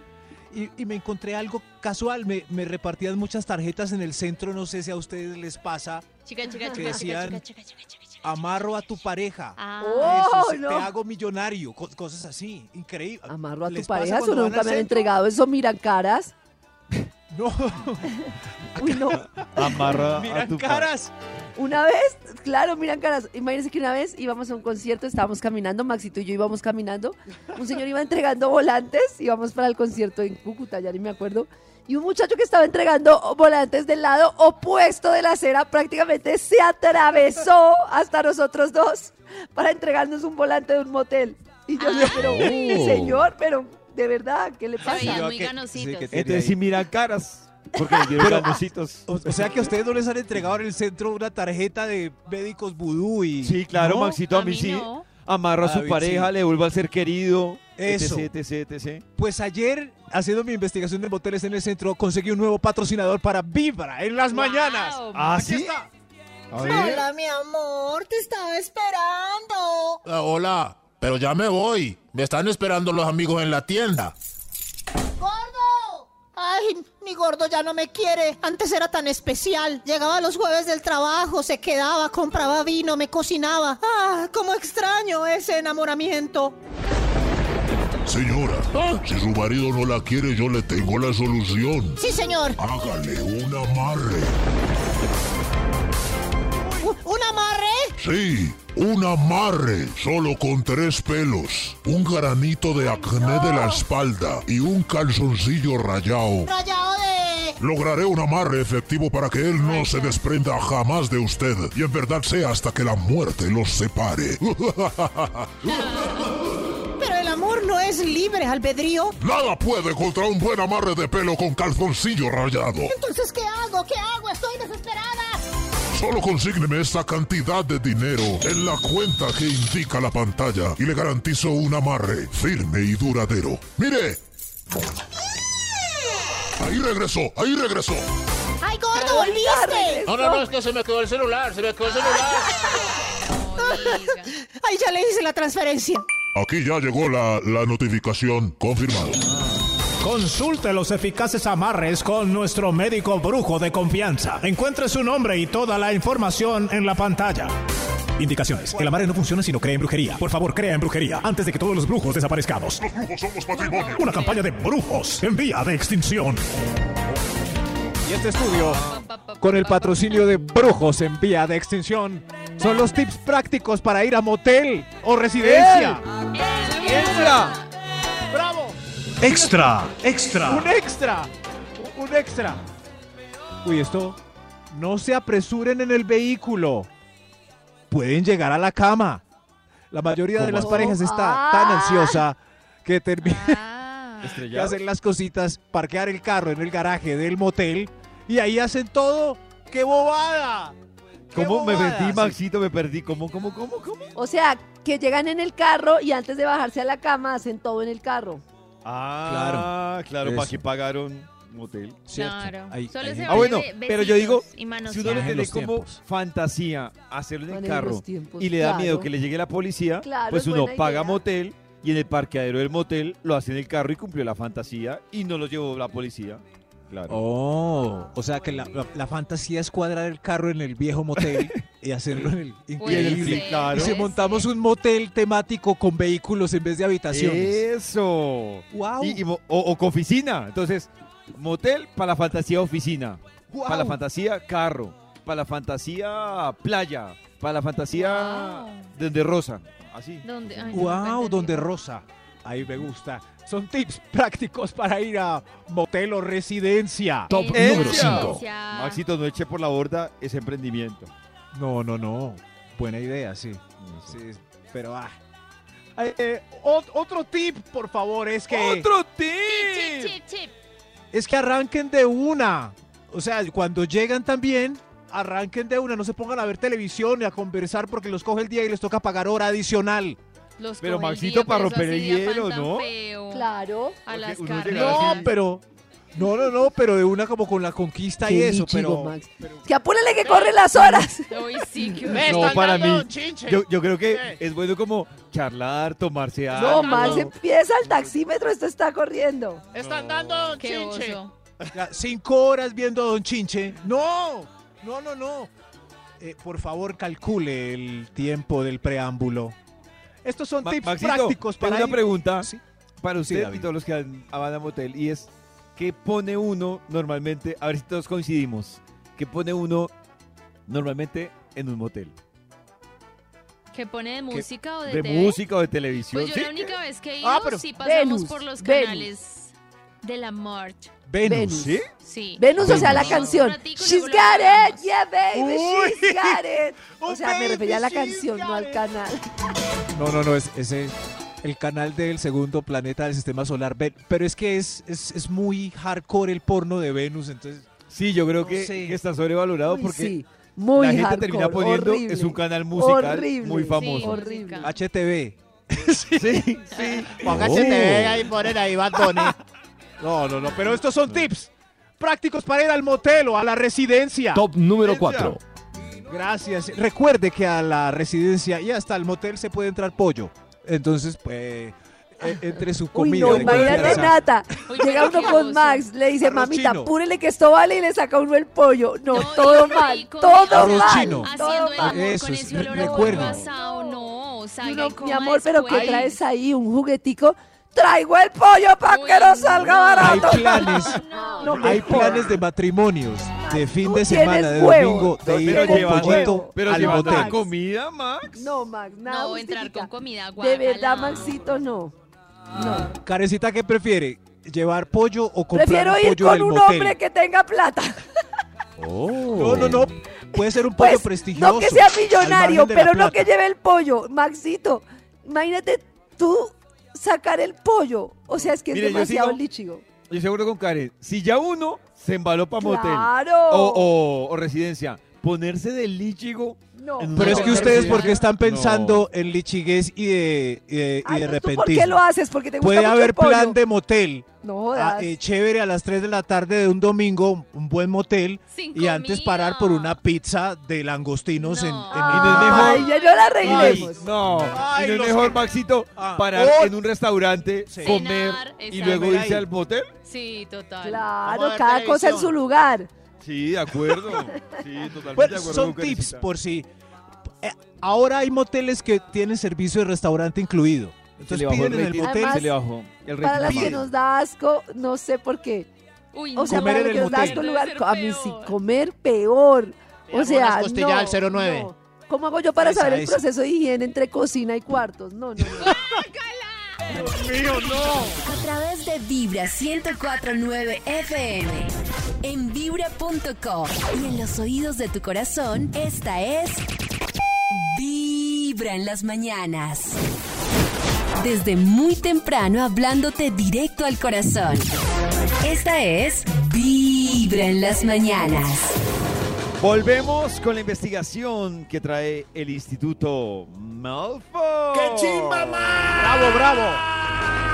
[SPEAKER 4] Y, y me encontré algo casual, me, me repartían muchas tarjetas en el centro, no sé si a ustedes les pasa,
[SPEAKER 3] Chica,
[SPEAKER 4] Que
[SPEAKER 3] chica, chica, chica,
[SPEAKER 4] decían,
[SPEAKER 3] chica, chica, chica, chica, chica.
[SPEAKER 4] amarro a tu pareja.
[SPEAKER 3] Ah,
[SPEAKER 5] Oh.
[SPEAKER 4] Eso, se-
[SPEAKER 5] no.
[SPEAKER 4] Te hago millonario, co- cosas así, increíble.
[SPEAKER 5] Amarlo a tu
[SPEAKER 4] ¿Les pasa
[SPEAKER 5] pareja, eso
[SPEAKER 4] cuando van
[SPEAKER 5] nunca
[SPEAKER 4] al
[SPEAKER 5] me han
[SPEAKER 4] centro?
[SPEAKER 5] entregado. Eso miran caras.
[SPEAKER 4] No,
[SPEAKER 5] Uy, no.
[SPEAKER 2] Amarra a
[SPEAKER 4] miran
[SPEAKER 2] tu
[SPEAKER 4] caras.
[SPEAKER 5] Una vez, claro, miran caras. Imagínense que una vez íbamos a un concierto, estábamos caminando, Maxito y yo íbamos caminando. Un señor iba entregando volantes, íbamos para el concierto en Cúcuta, ya ni me acuerdo. Y un muchacho que estaba entregando volantes del lado opuesto de la acera prácticamente se atravesó hasta nosotros dos para entregarnos un volante de un motel. Y yo dije, pero uy, señor, pero de verdad, ¿qué le
[SPEAKER 3] Se
[SPEAKER 5] pasa?
[SPEAKER 3] veían
[SPEAKER 4] Yo
[SPEAKER 3] muy
[SPEAKER 4] que- Este
[SPEAKER 3] ganositos.
[SPEAKER 4] sí, que tenía
[SPEAKER 2] Entonces
[SPEAKER 4] ahí.
[SPEAKER 2] sí miran caras, porque les dieron ganositos.
[SPEAKER 4] O, o sea que a ustedes no les han entregado en el centro una tarjeta de médicos vudú y...
[SPEAKER 2] Sí, claro,
[SPEAKER 4] ¿No?
[SPEAKER 2] Maxito, a mí, sí.
[SPEAKER 3] no.
[SPEAKER 2] Amarra a
[SPEAKER 4] A
[SPEAKER 2] su
[SPEAKER 4] David,
[SPEAKER 2] pareja,
[SPEAKER 4] sí.
[SPEAKER 2] le vuelve a ser querido,
[SPEAKER 4] Eso.
[SPEAKER 2] etc, etc, etc.
[SPEAKER 4] Pues ayer, haciendo mi investigación de moteles en el centro, conseguí un nuevo patrocinador para Vibra en las
[SPEAKER 3] Wow.
[SPEAKER 4] mañanas.
[SPEAKER 2] ¿Ah, sí?
[SPEAKER 7] Hola, mi amor, te estaba esperando. Ah, hola, pero ya me voy. Me están esperando los amigos en la tienda. ¡Gordo! Ay, mi gordo ya no me quiere. Antes era tan especial. Llegaba los jueves del trabajo, se quedaba, compraba vino, me cocinaba. ¡Ah, cómo extraño ese enamoramiento!
[SPEAKER 11] Señora,
[SPEAKER 7] Ah.
[SPEAKER 11] si su marido no la quiere, yo le tengo la solución.
[SPEAKER 7] Sí, señor.
[SPEAKER 11] Hágale un amarre.
[SPEAKER 7] U- ¿Un amarre?
[SPEAKER 11] Sí, un amarre, solo con tres pelos, un granito de acné de la espalda y un calzoncillo rayado.
[SPEAKER 7] Rayado de...
[SPEAKER 11] Lograré un amarre efectivo para que él no se desprenda jamás de usted y en verdad sea hasta que la muerte los separe.
[SPEAKER 7] Pero el amor no es libre albedrío.
[SPEAKER 11] Nada puede contra un buen amarre de pelo con calzoncillo rayado.
[SPEAKER 7] Entonces, ¿qué hago? ¿Qué hago? Estoy desesperada.
[SPEAKER 11] Solo consígneme esta cantidad de dinero en la cuenta que indica la pantalla y le garantizo un amarre firme y duradero. ¡Mire! Ahí regresó, ahí regresó.
[SPEAKER 7] ¡Ay, gordo, volviste!
[SPEAKER 10] No, no, no, es que se me quedó el celular, se me quedó el celular.
[SPEAKER 3] Oiga.
[SPEAKER 7] ¡Ay, ya le hice la transferencia!
[SPEAKER 11] Aquí ya llegó la, la notificación. Confirmado.
[SPEAKER 12] Consulte los eficaces amarres con nuestro médico brujo de confianza. Encuentre su nombre y toda la información en la pantalla. Indicaciones. El amarre no funciona si no cree en brujería. Por favor, crea en brujería antes de que todos los brujos desaparezcamos.
[SPEAKER 11] Los brujos somos patrimonio.
[SPEAKER 12] Una campaña de brujos en vía de extinción.
[SPEAKER 4] Y este estudio, con el patrocinio de Brujos en Vía de Extinción, son los tips prácticos para ir a motel o residencia.
[SPEAKER 2] ¡Extra!
[SPEAKER 9] ¡Bravo!
[SPEAKER 12] Extra,
[SPEAKER 4] ¡Un
[SPEAKER 12] extra.
[SPEAKER 4] extra! ¡Un extra! Uy, esto. No se apresuren en el vehículo. Pueden llegar a la cama. La mayoría de las parejas está tan ansiosa que termina
[SPEAKER 3] Ah.
[SPEAKER 2] Este,
[SPEAKER 4] de hacer las cositas, parquear el carro en el garaje del motel y ahí hacen todo. ¡Qué bobada! ¡Qué
[SPEAKER 2] ¿Cómo me
[SPEAKER 4] bobada!
[SPEAKER 2] perdí,
[SPEAKER 4] Sí.
[SPEAKER 2] Maxito? Me perdí. ¿Cómo, cómo, cómo, cómo?
[SPEAKER 5] O sea, que llegan en el carro y antes de bajarse a la cama hacen todo en el carro.
[SPEAKER 2] Ah, claro. Claro, ¿para
[SPEAKER 4] Eso.
[SPEAKER 2] qué pagaron? motel.
[SPEAKER 3] Cierto. Claro. Ahí- Solo ahí- se
[SPEAKER 2] ah, bueno,
[SPEAKER 3] vale de
[SPEAKER 2] pero yo digo,
[SPEAKER 3] besitos y manosear.
[SPEAKER 2] si uno le
[SPEAKER 3] Manejen
[SPEAKER 2] tiene
[SPEAKER 3] los
[SPEAKER 2] como fantasía hacerlo en
[SPEAKER 3] Manejen
[SPEAKER 2] carro
[SPEAKER 3] los tiempos,
[SPEAKER 2] y le da
[SPEAKER 3] claro.
[SPEAKER 2] miedo que le llegue la policía,
[SPEAKER 3] Claro,
[SPEAKER 2] pues
[SPEAKER 3] es
[SPEAKER 2] uno
[SPEAKER 3] buena
[SPEAKER 2] paga
[SPEAKER 3] idea.
[SPEAKER 2] motel y en el parqueadero del motel lo hace en el carro y cumplió la fantasía y no lo llevó la policía. Claro.
[SPEAKER 4] Oh, o sea que la, la- la fantasía es cuadrar el carro en el viejo motel y hacerlo en el
[SPEAKER 2] Puede
[SPEAKER 4] increíble.
[SPEAKER 3] Pues
[SPEAKER 2] ser, claro.
[SPEAKER 4] Y si montamos un motel temático con vehículos en vez de habitaciones.
[SPEAKER 2] Eso.
[SPEAKER 4] Guau.
[SPEAKER 2] Eh, Y- y mo- o, o con oficina. Entonces, motel para la fantasía oficina.
[SPEAKER 4] Guau.
[SPEAKER 2] Para la fantasía carro. Para la fantasía playa. Para la fantasía desde rosa. Así.
[SPEAKER 3] ¿Dónde? Ay, no, Eh,
[SPEAKER 4] Wow,
[SPEAKER 3] perdón.
[SPEAKER 4] donde rosa. Ahí me gusta. Son tips prácticos para ir a motel o residencia.
[SPEAKER 2] Top número cinco.
[SPEAKER 3] Residencia.
[SPEAKER 2] Maxito, no eche por la borda ese emprendimiento.
[SPEAKER 4] No, no, no. Buena idea, sí. Sí, pero ah. Eh, eh, ot- otro tip, por favor, es que
[SPEAKER 2] ¡Otro
[SPEAKER 3] Chip,
[SPEAKER 2] tip!
[SPEAKER 3] chip, chip.
[SPEAKER 4] es que arranquen de una. O sea, cuando llegan también, arranquen de una, no se pongan a ver televisión ni a conversar porque los coge el día y les toca pagar hora adicional.
[SPEAKER 3] Los
[SPEAKER 2] Pero
[SPEAKER 3] coge el
[SPEAKER 2] Maxito,
[SPEAKER 3] día, pues,
[SPEAKER 2] para
[SPEAKER 3] pero eso
[SPEAKER 2] romper
[SPEAKER 3] hace
[SPEAKER 2] el
[SPEAKER 3] día
[SPEAKER 2] hielo,
[SPEAKER 3] faltan
[SPEAKER 2] ¿no?
[SPEAKER 3] feo.
[SPEAKER 5] Claro.
[SPEAKER 3] A las
[SPEAKER 2] uno
[SPEAKER 3] carnes.
[SPEAKER 2] llega
[SPEAKER 4] No, pero no, no, no, pero de una como con la conquista y
[SPEAKER 5] Qué
[SPEAKER 4] eso, pero
[SPEAKER 5] lichigo, Max. Que apúrele que corren las horas.
[SPEAKER 3] Hoy sí que
[SPEAKER 10] Me
[SPEAKER 2] No,
[SPEAKER 10] están
[SPEAKER 2] para
[SPEAKER 10] dando
[SPEAKER 2] mí.
[SPEAKER 10] chinche.
[SPEAKER 2] Yo, yo creo que
[SPEAKER 10] ¿Qué?
[SPEAKER 2] es bueno como charlar, tomarse algo.
[SPEAKER 5] No, Max, empieza el taxímetro, esto está corriendo.
[SPEAKER 10] Están dando
[SPEAKER 3] Qué
[SPEAKER 10] chinche.
[SPEAKER 3] oso.
[SPEAKER 4] Ya, cinco horas viendo a Don Chinche. No, no, no, no. Eh, por favor, calcule el tiempo del preámbulo. Estos son
[SPEAKER 2] Ma-
[SPEAKER 4] tips
[SPEAKER 2] Maxito,
[SPEAKER 4] prácticos
[SPEAKER 2] tengo
[SPEAKER 4] para
[SPEAKER 2] una
[SPEAKER 4] ir-
[SPEAKER 2] pregunta
[SPEAKER 4] Sí.
[SPEAKER 2] para usted
[SPEAKER 4] David.
[SPEAKER 2] y todos los que han- van a motel y es ¿qué pone uno normalmente? A ver si todos coincidimos. ¿Qué pone uno normalmente en un motel?
[SPEAKER 3] ¿Que pone de música o de,
[SPEAKER 2] ¿De
[SPEAKER 3] TV?
[SPEAKER 2] música o de televisión?
[SPEAKER 3] Pues yo
[SPEAKER 2] ¿Sí?
[SPEAKER 3] la única vez que he ido,
[SPEAKER 4] Ah, pero-
[SPEAKER 3] sí pasamos
[SPEAKER 5] Venus,
[SPEAKER 3] por los
[SPEAKER 5] Venus.
[SPEAKER 3] canales de la Mort.
[SPEAKER 4] Venus.
[SPEAKER 2] ¿Sí?
[SPEAKER 3] Sí.
[SPEAKER 5] Venus, o sea, la
[SPEAKER 3] Venus.
[SPEAKER 5] canción.
[SPEAKER 3] Un ratico y
[SPEAKER 5] She's
[SPEAKER 3] luego lo
[SPEAKER 5] got it,
[SPEAKER 3] hablamos.
[SPEAKER 5] yeah, baby,
[SPEAKER 4] Uy.
[SPEAKER 5] she's got it. O
[SPEAKER 4] Oh,
[SPEAKER 5] sea, me
[SPEAKER 4] baby,
[SPEAKER 5] refería a la
[SPEAKER 4] she's
[SPEAKER 5] canción,
[SPEAKER 4] got
[SPEAKER 5] no al
[SPEAKER 4] it.
[SPEAKER 5] canal.
[SPEAKER 4] No, no, no, es, ese el canal del segundo planeta del sistema solar. Ven- Pero es que es, es, es muy hardcore el porno de Venus, entonces.
[SPEAKER 2] Sí, yo creo
[SPEAKER 4] No
[SPEAKER 2] que,
[SPEAKER 4] sé.
[SPEAKER 2] que está sobrevalorado
[SPEAKER 5] Uy,
[SPEAKER 2] porque
[SPEAKER 5] sí,
[SPEAKER 2] la
[SPEAKER 5] muy
[SPEAKER 2] gente
[SPEAKER 5] hardcore,
[SPEAKER 2] termina poniendo
[SPEAKER 5] horrible.
[SPEAKER 2] es un canal musical
[SPEAKER 5] horrible,
[SPEAKER 2] muy
[SPEAKER 3] Sí,
[SPEAKER 2] famoso.
[SPEAKER 5] Horrible.
[SPEAKER 4] Ah,
[SPEAKER 3] música.
[SPEAKER 4] HTV.
[SPEAKER 2] Sí, sí.
[SPEAKER 10] Póngase
[SPEAKER 2] Oh.
[SPEAKER 10] TV ahí, ponen ahí Bad Bunny.
[SPEAKER 4] No, no, no, pero estos son tips prácticos para ir al motel o a la residencia.
[SPEAKER 8] Top número 4.
[SPEAKER 4] Gracias. Recuerde que a la residencia y hasta al motel se puede entrar pollo. Entonces, pues, e- entre su
[SPEAKER 5] Uy,
[SPEAKER 4] comida.
[SPEAKER 5] no,
[SPEAKER 4] de
[SPEAKER 5] imagínate
[SPEAKER 4] confianza.
[SPEAKER 5] nada.
[SPEAKER 3] Uy,
[SPEAKER 5] Llega
[SPEAKER 3] pero
[SPEAKER 5] uno
[SPEAKER 3] qué
[SPEAKER 5] con
[SPEAKER 3] oso.
[SPEAKER 5] Max, le dice,
[SPEAKER 4] Arroz
[SPEAKER 5] mamita,
[SPEAKER 4] chino.
[SPEAKER 5] apúrele que esto vale y le saca uno el pollo. No,
[SPEAKER 3] No,
[SPEAKER 5] todo
[SPEAKER 3] y- y
[SPEAKER 5] mal,
[SPEAKER 3] con-
[SPEAKER 5] todo
[SPEAKER 4] Arroz
[SPEAKER 5] mal.
[SPEAKER 4] chino.
[SPEAKER 5] Todo
[SPEAKER 3] Haciendo el
[SPEAKER 5] mal.
[SPEAKER 3] amor
[SPEAKER 4] Eso
[SPEAKER 3] con
[SPEAKER 4] es,
[SPEAKER 3] ese
[SPEAKER 4] re-
[SPEAKER 3] olor a
[SPEAKER 4] recuerdo.
[SPEAKER 3] pollo asado, no,
[SPEAKER 5] Y
[SPEAKER 3] salga
[SPEAKER 5] uno,
[SPEAKER 3] y
[SPEAKER 5] mi
[SPEAKER 3] coma
[SPEAKER 5] amor, pero ¿qué
[SPEAKER 3] después.
[SPEAKER 5] traes ahí? ¿Un juguetico? Traigo el pollo para que no
[SPEAKER 3] Uy,
[SPEAKER 5] salga
[SPEAKER 3] no.
[SPEAKER 4] Hay
[SPEAKER 5] barato.
[SPEAKER 4] planes,
[SPEAKER 3] No,
[SPEAKER 5] No,
[SPEAKER 4] hay
[SPEAKER 5] me
[SPEAKER 4] planes de matrimonios, de fin
[SPEAKER 5] Tú
[SPEAKER 4] de semana, de
[SPEAKER 5] tienes huevos.
[SPEAKER 4] domingo,
[SPEAKER 5] No,
[SPEAKER 4] de ir
[SPEAKER 2] Pero
[SPEAKER 5] Con
[SPEAKER 4] con
[SPEAKER 2] llevando,
[SPEAKER 4] pollito
[SPEAKER 2] pero
[SPEAKER 4] al
[SPEAKER 2] llevando la
[SPEAKER 4] motel.
[SPEAKER 2] comida, Max.
[SPEAKER 5] No, Max, nada.
[SPEAKER 3] No, entrar
[SPEAKER 5] justifica.
[SPEAKER 3] con comida
[SPEAKER 5] De
[SPEAKER 3] guacala.
[SPEAKER 5] verdad, Maxito, no. No.
[SPEAKER 4] Carecita, ¿qué prefiere? ¿Llevar pollo o comprar
[SPEAKER 5] Prefiero
[SPEAKER 4] un
[SPEAKER 5] ir
[SPEAKER 4] pollo
[SPEAKER 5] con
[SPEAKER 4] del
[SPEAKER 5] un
[SPEAKER 4] motel?
[SPEAKER 5] hombre que tenga plata.
[SPEAKER 8] Oh.
[SPEAKER 4] No, no, no. Puede ser un pollo
[SPEAKER 5] Pues,
[SPEAKER 4] prestigioso.
[SPEAKER 5] no que sea
[SPEAKER 4] al
[SPEAKER 5] millonario,
[SPEAKER 4] margen de la
[SPEAKER 5] pero no
[SPEAKER 4] plata.
[SPEAKER 5] que lleve el pollo. Maxito, imagínate tú sacar el pollo. O sea, es que
[SPEAKER 2] Mire,
[SPEAKER 5] es
[SPEAKER 2] yo
[SPEAKER 5] demasiado
[SPEAKER 2] sigo-
[SPEAKER 5] lichigo.
[SPEAKER 2] Yo seguro con Karen, si ya uno se embaló para motel
[SPEAKER 5] Claro.
[SPEAKER 2] o, o- o residencia, ponerse de lichigo.
[SPEAKER 5] No.
[SPEAKER 2] en un
[SPEAKER 4] Pero es que
[SPEAKER 2] motel
[SPEAKER 4] ustedes,
[SPEAKER 2] sí.
[SPEAKER 4] porque están
[SPEAKER 2] No.
[SPEAKER 4] pensando en lichiguez y de, y de, y
[SPEAKER 5] Ay,
[SPEAKER 4] de
[SPEAKER 5] no, ¿tú ¿Por qué lo
[SPEAKER 4] repentismo?
[SPEAKER 5] haces? Porque te gusta
[SPEAKER 4] Puede
[SPEAKER 5] mucho el
[SPEAKER 4] haber
[SPEAKER 5] pollo.
[SPEAKER 4] plan de motel.
[SPEAKER 5] No
[SPEAKER 4] Ah,
[SPEAKER 5] jodas.
[SPEAKER 4] eh, chévere a las 3 de la tarde de un domingo, un buen motel.
[SPEAKER 3] Sin
[SPEAKER 4] Y antes
[SPEAKER 3] comida.
[SPEAKER 4] parar por una pizza de langostinos en,
[SPEAKER 3] No.
[SPEAKER 4] en
[SPEAKER 2] Ah,
[SPEAKER 4] el-
[SPEAKER 5] Ay, ya no la arreglemos.
[SPEAKER 2] No,
[SPEAKER 4] Ay,
[SPEAKER 2] y no es
[SPEAKER 4] los
[SPEAKER 2] mejor,
[SPEAKER 4] que-
[SPEAKER 2] Maxito,
[SPEAKER 4] Ah.
[SPEAKER 2] parar
[SPEAKER 4] Oh.
[SPEAKER 2] en un restaurante,
[SPEAKER 4] Sí.
[SPEAKER 2] comer
[SPEAKER 3] Cenar,
[SPEAKER 2] y
[SPEAKER 3] exacto.
[SPEAKER 2] luego irse
[SPEAKER 4] Ahí.
[SPEAKER 2] al motel.
[SPEAKER 3] Sí, total.
[SPEAKER 10] Vamos a
[SPEAKER 5] Claro,
[SPEAKER 10] ver
[SPEAKER 5] cada cosa en
[SPEAKER 10] televisión.
[SPEAKER 5] su lugar.
[SPEAKER 2] Sí, de acuerdo. Sí, totalmente
[SPEAKER 4] Bueno,
[SPEAKER 2] de acuerdo
[SPEAKER 4] son
[SPEAKER 2] con
[SPEAKER 4] tips
[SPEAKER 2] Karencita.
[SPEAKER 4] por si. eh, ahora hay moteles que tienen servicio de restaurante incluido.
[SPEAKER 2] Se
[SPEAKER 4] Entonces
[SPEAKER 2] le bajó el
[SPEAKER 4] piden en el
[SPEAKER 2] rating.
[SPEAKER 4] motel.
[SPEAKER 5] Además,
[SPEAKER 2] se le bajó. El
[SPEAKER 5] Para las
[SPEAKER 2] rating.
[SPEAKER 5] que nos da asco, no sé por qué.
[SPEAKER 3] Uy,
[SPEAKER 5] O sea,
[SPEAKER 4] Comer
[SPEAKER 5] para
[SPEAKER 4] en
[SPEAKER 5] las
[SPEAKER 4] el
[SPEAKER 5] que nos da
[SPEAKER 4] motel.
[SPEAKER 5] asco un
[SPEAKER 3] Debe
[SPEAKER 5] lugar,
[SPEAKER 3] ser
[SPEAKER 5] a mí sí,
[SPEAKER 3] peor.
[SPEAKER 5] comer peor. O
[SPEAKER 10] Unas
[SPEAKER 5] sea,
[SPEAKER 10] costillas
[SPEAKER 5] no,
[SPEAKER 10] al 09.
[SPEAKER 5] no. ¿Cómo hago yo para
[SPEAKER 4] Esa,
[SPEAKER 5] saber el
[SPEAKER 4] esa.
[SPEAKER 5] proceso de higiene entre cocina y cuartos? No, no, no.
[SPEAKER 1] A través de Vibra 104.9 FM. En Vibra.com. Y en los oídos de tu corazón, esta es... Vibra en las mañanas. Desde muy temprano hablándote directo al corazón. Esta es Vibra en las mañanas.
[SPEAKER 2] Volvemos con la investigación que trae el Instituto Malfoy.
[SPEAKER 10] ¡Qué chimba, man!
[SPEAKER 4] Bravo, bravo.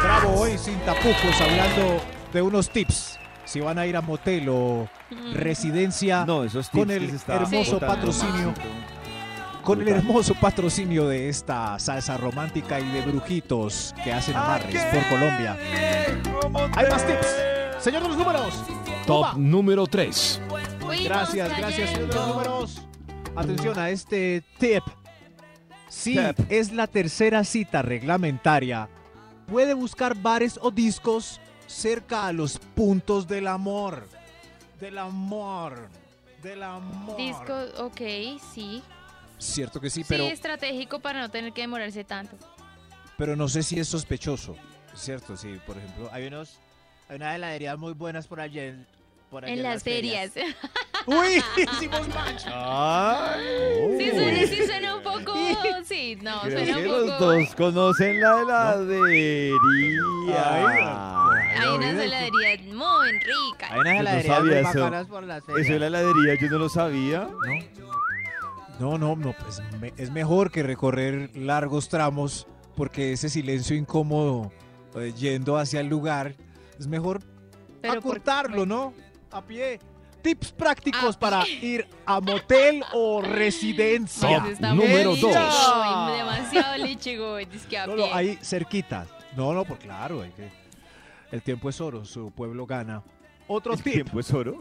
[SPEAKER 4] Bravo hoy sin tapujos hablando de unos tips si van a ir a motel o
[SPEAKER 13] Mm.
[SPEAKER 4] residencia
[SPEAKER 2] No, esos tips
[SPEAKER 4] con
[SPEAKER 2] que
[SPEAKER 4] el
[SPEAKER 2] se está
[SPEAKER 4] hermoso
[SPEAKER 2] botando.
[SPEAKER 4] patrocinio con el hermoso patrocinio de esta salsa romántica y de brujitos que hacen amarres por Colombia. Hay más tips. Señor de los números.
[SPEAKER 14] Top número 3.
[SPEAKER 4] Gracias, gracias, señor de los números. Atención a este tip. Si es la tercera cita reglamentaria, puede buscar bares o discos cerca a los puntos del amor. Del amor. Del amor.
[SPEAKER 3] Disco, ok, sí.
[SPEAKER 4] Cierto que sí,
[SPEAKER 3] Sí,
[SPEAKER 4] pero,
[SPEAKER 3] estratégico para no tener que demorarse tanto.
[SPEAKER 4] pero no sé si es sospechoso. Cierto, sí, por ejemplo.
[SPEAKER 7] Hay unos, hay unas heladerías muy buenas por allí. en- Por allí
[SPEAKER 3] En las ferias.
[SPEAKER 7] ¡Uy! Hicimos match.
[SPEAKER 3] Sí, suena, sí suena un poco. Sí, no,
[SPEAKER 2] oh, Creo
[SPEAKER 3] suena
[SPEAKER 2] que
[SPEAKER 3] un
[SPEAKER 2] los
[SPEAKER 3] poco.
[SPEAKER 2] dos conocen la heladería.
[SPEAKER 3] Hay unas heladerías muy ricas.
[SPEAKER 2] Hay unas heladerías muy bacanas por las ferias. Eso de la heladería yo no lo sabía.
[SPEAKER 4] No, no, no, pues me- es mejor que recorrer largos tramos porque ese silencio incómodo eh, yendo hacia el lugar es mejor acortarlo, ¿no? A pie. Tips prácticos para ir a motel o residencia.
[SPEAKER 3] Eso Pues, está muy lichigoy, Demasiado lichigoy, dizque a
[SPEAKER 4] No, no,
[SPEAKER 3] pie.
[SPEAKER 4] ahí cerquita. No, no, pues claro, hay que- el tiempo es oro, su pueblo gana. Otro tip. tiempo
[SPEAKER 2] es oro?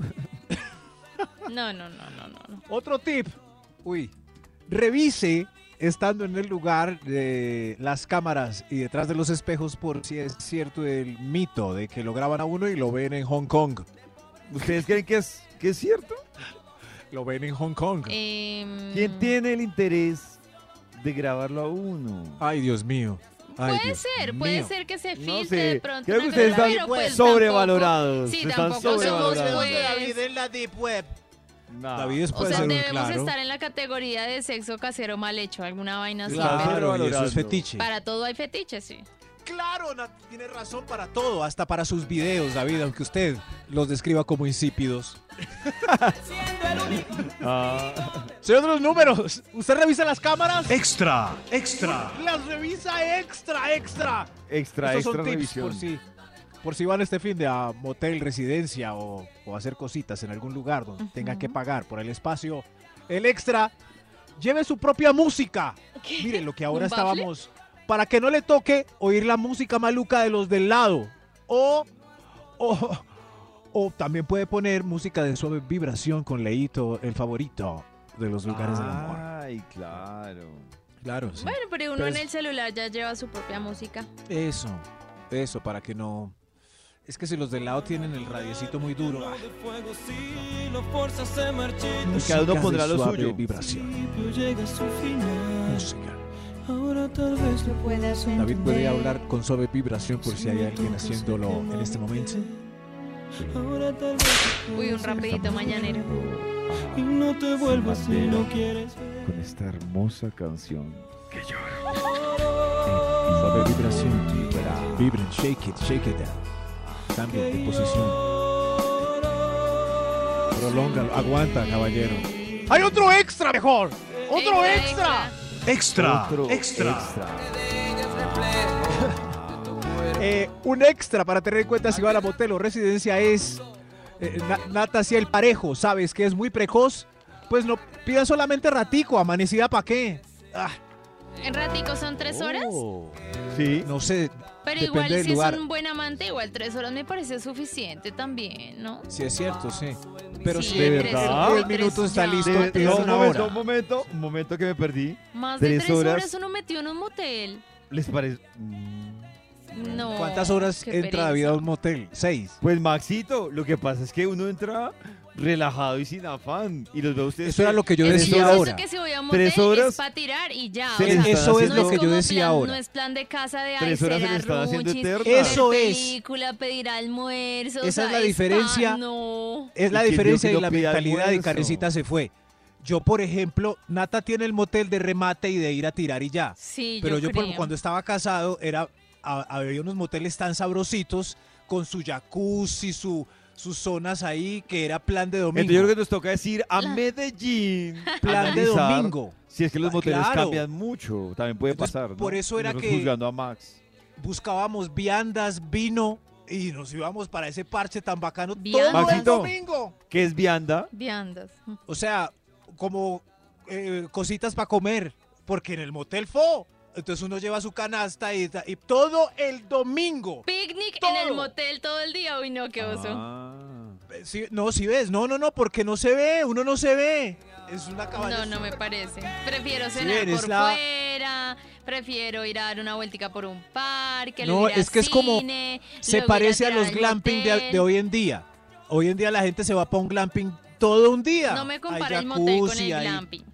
[SPEAKER 3] No, no, no, no, no. no.
[SPEAKER 4] Otro tip. Uy. Revise estando en el lugar de las cámaras y detrás de los espejos por si es cierto el mito de que lo graban a uno y lo ven en Hong Kong.
[SPEAKER 2] ¿Ustedes creen que es, que es cierto?
[SPEAKER 4] Lo ven en Hong Kong.
[SPEAKER 3] Em,
[SPEAKER 2] ¿Quién tiene el interés de grabarlo a uno?
[SPEAKER 4] Ay, Dios mío.
[SPEAKER 3] Puede ser, puede ser que se filtre
[SPEAKER 2] No
[SPEAKER 3] de
[SPEAKER 2] sé,
[SPEAKER 3] pronto.
[SPEAKER 2] creo
[SPEAKER 3] una
[SPEAKER 2] que ustedes
[SPEAKER 3] cosa,
[SPEAKER 2] están
[SPEAKER 3] pero pues
[SPEAKER 2] sobrevalorados.
[SPEAKER 3] tampoco- sí,
[SPEAKER 2] están
[SPEAKER 3] tampoco somos
[SPEAKER 2] sobrevalorados.
[SPEAKER 3] pues-
[SPEAKER 7] David en la Deep Web.
[SPEAKER 4] David es
[SPEAKER 3] O
[SPEAKER 4] puede
[SPEAKER 3] sea,
[SPEAKER 4] ser un
[SPEAKER 3] debemos
[SPEAKER 4] claro.
[SPEAKER 3] estar en la categoría de sexo casero mal hecho, alguna vaina así.
[SPEAKER 4] Claro,
[SPEAKER 3] pero
[SPEAKER 4] y eso es fetiche.
[SPEAKER 3] Para todo hay fetiches, sí.
[SPEAKER 4] Claro, tiene razón para todo, hasta para sus videos, David, aunque usted los describa como insípidos.
[SPEAKER 7] Señor de los números, ¿usted revisa las cámaras?
[SPEAKER 4] Extra, extra.
[SPEAKER 7] Las revisa extra, extra.
[SPEAKER 2] Extra,
[SPEAKER 4] Estos son
[SPEAKER 2] extra
[SPEAKER 4] tips
[SPEAKER 2] revisión.
[SPEAKER 4] por si, por si van este fin de a motel, residencia o, o hacer cositas en algún lugar donde tengan que pagar por el espacio. El extra, lleve su propia música. Miren lo que ahora
[SPEAKER 7] ¿Un bafle?
[SPEAKER 4] estábamos. Para que no le toque oír la música maluca de los del lado. O, o, o también puede poner música de suave vibración con Leito, el favorito de los lugares del amor.
[SPEAKER 2] Ay, claro.
[SPEAKER 4] Ah, Claro, sí.
[SPEAKER 3] Bueno, pero uno
[SPEAKER 4] Pero
[SPEAKER 2] Pues
[SPEAKER 3] en
[SPEAKER 4] es-
[SPEAKER 3] el celular ya lleva su propia música.
[SPEAKER 4] Eso, eso, para que no. Es que si los del lado tienen el radiecito muy duro. ah,
[SPEAKER 2] Y cada uno
[SPEAKER 4] música
[SPEAKER 2] pondrá
[SPEAKER 4] de
[SPEAKER 2] lo
[SPEAKER 4] suave
[SPEAKER 2] suyo.
[SPEAKER 4] Vibración. Música.
[SPEAKER 5] Ahora tal vez lo puedas
[SPEAKER 4] David puede hablar con suave vibración por si hay alguien haciéndolo en este momento.
[SPEAKER 5] Ahora tal vez
[SPEAKER 3] Uy, un rapidito mañanero.
[SPEAKER 5] y no te vuelvas si no quieres.
[SPEAKER 2] Con esta hermosa canción.
[SPEAKER 4] Suave vibración. Vibren, shake it, shake it down. Cambio de posición. Prolóngalo, aguanta, caballero.
[SPEAKER 7] ¡Hay otro extra mejor! ¡Otro extra!
[SPEAKER 4] Extra,
[SPEAKER 2] Otro
[SPEAKER 4] Ah, extra.
[SPEAKER 2] extra.
[SPEAKER 4] Eh, un extra para tener en cuenta si van a motel o residencia es eh, na- Nata si el parejo, sabes que es muy precoz, pues no pidan solamente ratico, amanecida para qué. Ah,
[SPEAKER 3] En ratico son tres horas.
[SPEAKER 2] Oh. Sí.
[SPEAKER 4] No sé, Oh,
[SPEAKER 3] Pero
[SPEAKER 4] depende
[SPEAKER 3] igual
[SPEAKER 4] del
[SPEAKER 3] si
[SPEAKER 4] lugar.
[SPEAKER 3] es un buen amante, igual tres horas me parece suficiente también, ¿no?
[SPEAKER 4] Sí es cierto, sí. Pero
[SPEAKER 3] Sí,
[SPEAKER 4] si
[SPEAKER 3] de
[SPEAKER 4] en
[SPEAKER 3] verdad.
[SPEAKER 4] 10 minutos está
[SPEAKER 3] No,
[SPEAKER 4] listo,
[SPEAKER 2] De-
[SPEAKER 4] pida
[SPEAKER 2] no, un
[SPEAKER 4] una
[SPEAKER 2] momento,
[SPEAKER 4] hora.
[SPEAKER 2] un momento, un momento que me perdí.
[SPEAKER 3] Más de tres horas, uno metió en un motel.
[SPEAKER 2] ¿Les parece?
[SPEAKER 3] No.
[SPEAKER 4] ¿Cuántas horas
[SPEAKER 3] qué
[SPEAKER 4] entra David a un motel? Seis.
[SPEAKER 2] Pues Maxito, lo que pasa es que uno entra relajado y sin afán. Y los veo a ustedes.
[SPEAKER 4] Eso era lo que yo
[SPEAKER 2] tres
[SPEAKER 4] decía
[SPEAKER 2] horas-
[SPEAKER 4] ahora.
[SPEAKER 3] Eso que si voy a un motel
[SPEAKER 2] Tres horas.
[SPEAKER 3] es para tirar y ya.
[SPEAKER 2] se les
[SPEAKER 3] o sea,
[SPEAKER 2] están
[SPEAKER 4] Eso es
[SPEAKER 2] haciendo-
[SPEAKER 4] lo que yo decía
[SPEAKER 3] plan-
[SPEAKER 4] ahora.
[SPEAKER 3] No es plan de casa de ay,
[SPEAKER 2] Tres horas se
[SPEAKER 3] será
[SPEAKER 2] le están haciendo
[SPEAKER 3] runchis,
[SPEAKER 2] eternas.
[SPEAKER 3] ver
[SPEAKER 4] Eso es.
[SPEAKER 3] película, pedir almuerzo.
[SPEAKER 4] Esa es la diferencia.
[SPEAKER 3] No.
[SPEAKER 4] Es la
[SPEAKER 2] Y que yo
[SPEAKER 4] diferencia
[SPEAKER 2] que
[SPEAKER 4] y
[SPEAKER 2] yo
[SPEAKER 4] la
[SPEAKER 2] pida
[SPEAKER 4] mentalidad y
[SPEAKER 2] almuerzo.
[SPEAKER 4] Karencita se fue. Yo, por ejemplo, Nata tiene el motel de remate y de ir a tirar y ya.
[SPEAKER 3] Sí,
[SPEAKER 4] Pero
[SPEAKER 3] yo
[SPEAKER 4] yo, por-
[SPEAKER 3] creo.
[SPEAKER 4] cuando estaba casado era a- había unos moteles tan sabrositos con su jacuzzi, su, sus zonas ahí que era plan de domingo.
[SPEAKER 2] Entonces yo creo que nos toca decir a Medellín.
[SPEAKER 4] Plan de
[SPEAKER 2] analizar
[SPEAKER 4] domingo.
[SPEAKER 2] Si es que los
[SPEAKER 4] Ah,
[SPEAKER 2] moteles
[SPEAKER 4] claro.
[SPEAKER 2] cambian mucho. También puede pasar. ¿no?
[SPEAKER 4] por eso era
[SPEAKER 2] Nosotros
[SPEAKER 4] que-
[SPEAKER 2] juzgando a Max.
[SPEAKER 4] Buscábamos viandas, vino Y nos íbamos para ese parche tan bacano todo el
[SPEAKER 2] Maxito,
[SPEAKER 4] domingo.
[SPEAKER 2] ¿qué es vianda?
[SPEAKER 3] Viandas.
[SPEAKER 4] O sea, como eh, cositas para comer, porque en el motel fo. Entonces uno lleva su canasta y, ta- y todo el domingo.
[SPEAKER 3] Picnic en el motel todo el día. Uy, no, qué
[SPEAKER 4] Ah.
[SPEAKER 3] oso.
[SPEAKER 2] Ah.
[SPEAKER 4] Eh, sí, no, si ves, no, no, no, porque no se ve, uno no se ve. Es una
[SPEAKER 3] No, no me parece. Prefiero
[SPEAKER 4] Sí,
[SPEAKER 3] cenar
[SPEAKER 4] eres
[SPEAKER 3] por
[SPEAKER 4] la-
[SPEAKER 3] fuera, prefiero ir a dar una vueltica por un parque,
[SPEAKER 4] No,
[SPEAKER 3] luego ir a
[SPEAKER 4] es que es como-
[SPEAKER 3] cine,
[SPEAKER 4] Se
[SPEAKER 3] luego ir
[SPEAKER 4] parece a
[SPEAKER 3] tirar
[SPEAKER 4] los
[SPEAKER 3] al
[SPEAKER 4] glamping de,
[SPEAKER 3] motel.
[SPEAKER 4] de hoy en día. Hoy en día la gente se va para un glamping todo un día.
[SPEAKER 3] No me
[SPEAKER 4] Hay
[SPEAKER 3] compara el motel con
[SPEAKER 4] jacuzzi,
[SPEAKER 3] el
[SPEAKER 4] hay-
[SPEAKER 3] glamping.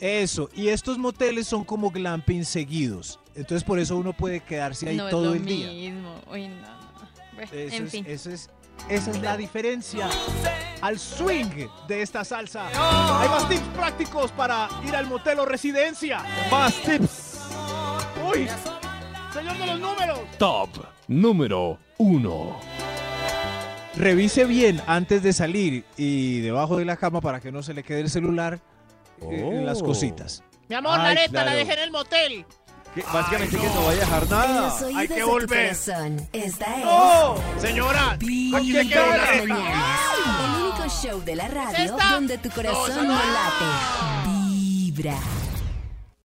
[SPEAKER 4] Eso, y estos moteles son como glamping seguidos. Entonces por eso uno puede quedarse ahí
[SPEAKER 3] no
[SPEAKER 4] todo
[SPEAKER 3] es
[SPEAKER 4] el
[SPEAKER 3] lo
[SPEAKER 4] día.
[SPEAKER 3] mismo. Uy, no, no. Bueno,
[SPEAKER 4] Eso
[SPEAKER 3] en
[SPEAKER 4] es-
[SPEAKER 3] fin.
[SPEAKER 4] eso es- esa es la diferencia al swing de esta salsa. Hay más tips prácticos para ir al motel o residencia.
[SPEAKER 2] Más tips.
[SPEAKER 4] Uy, señor de los números.
[SPEAKER 8] Top número 1.
[SPEAKER 4] Revise bien antes de salir y debajo de la cama para que no se le quede el celular eh, en las
[SPEAKER 2] Oh.
[SPEAKER 4] cositas.
[SPEAKER 15] Mi amor, la
[SPEAKER 4] Ay,
[SPEAKER 15] areta la
[SPEAKER 4] claro.
[SPEAKER 15] dejé en el motel.
[SPEAKER 2] Que básicamente que no vaya a dejar
[SPEAKER 15] En
[SPEAKER 2] nada.
[SPEAKER 15] los oídos
[SPEAKER 2] Hay
[SPEAKER 15] de
[SPEAKER 2] que
[SPEAKER 15] tu
[SPEAKER 2] volver.
[SPEAKER 1] Corazón, esta es.
[SPEAKER 15] ¡No! Señora,
[SPEAKER 1] Vibra
[SPEAKER 15] aquí me
[SPEAKER 1] en
[SPEAKER 15] quedó la
[SPEAKER 1] las
[SPEAKER 15] areta.
[SPEAKER 1] mañanas. El único show de la radio
[SPEAKER 15] ¿Esta?
[SPEAKER 1] donde tu
[SPEAKER 15] No, esa
[SPEAKER 1] corazón
[SPEAKER 15] no.
[SPEAKER 1] no late. Vibra.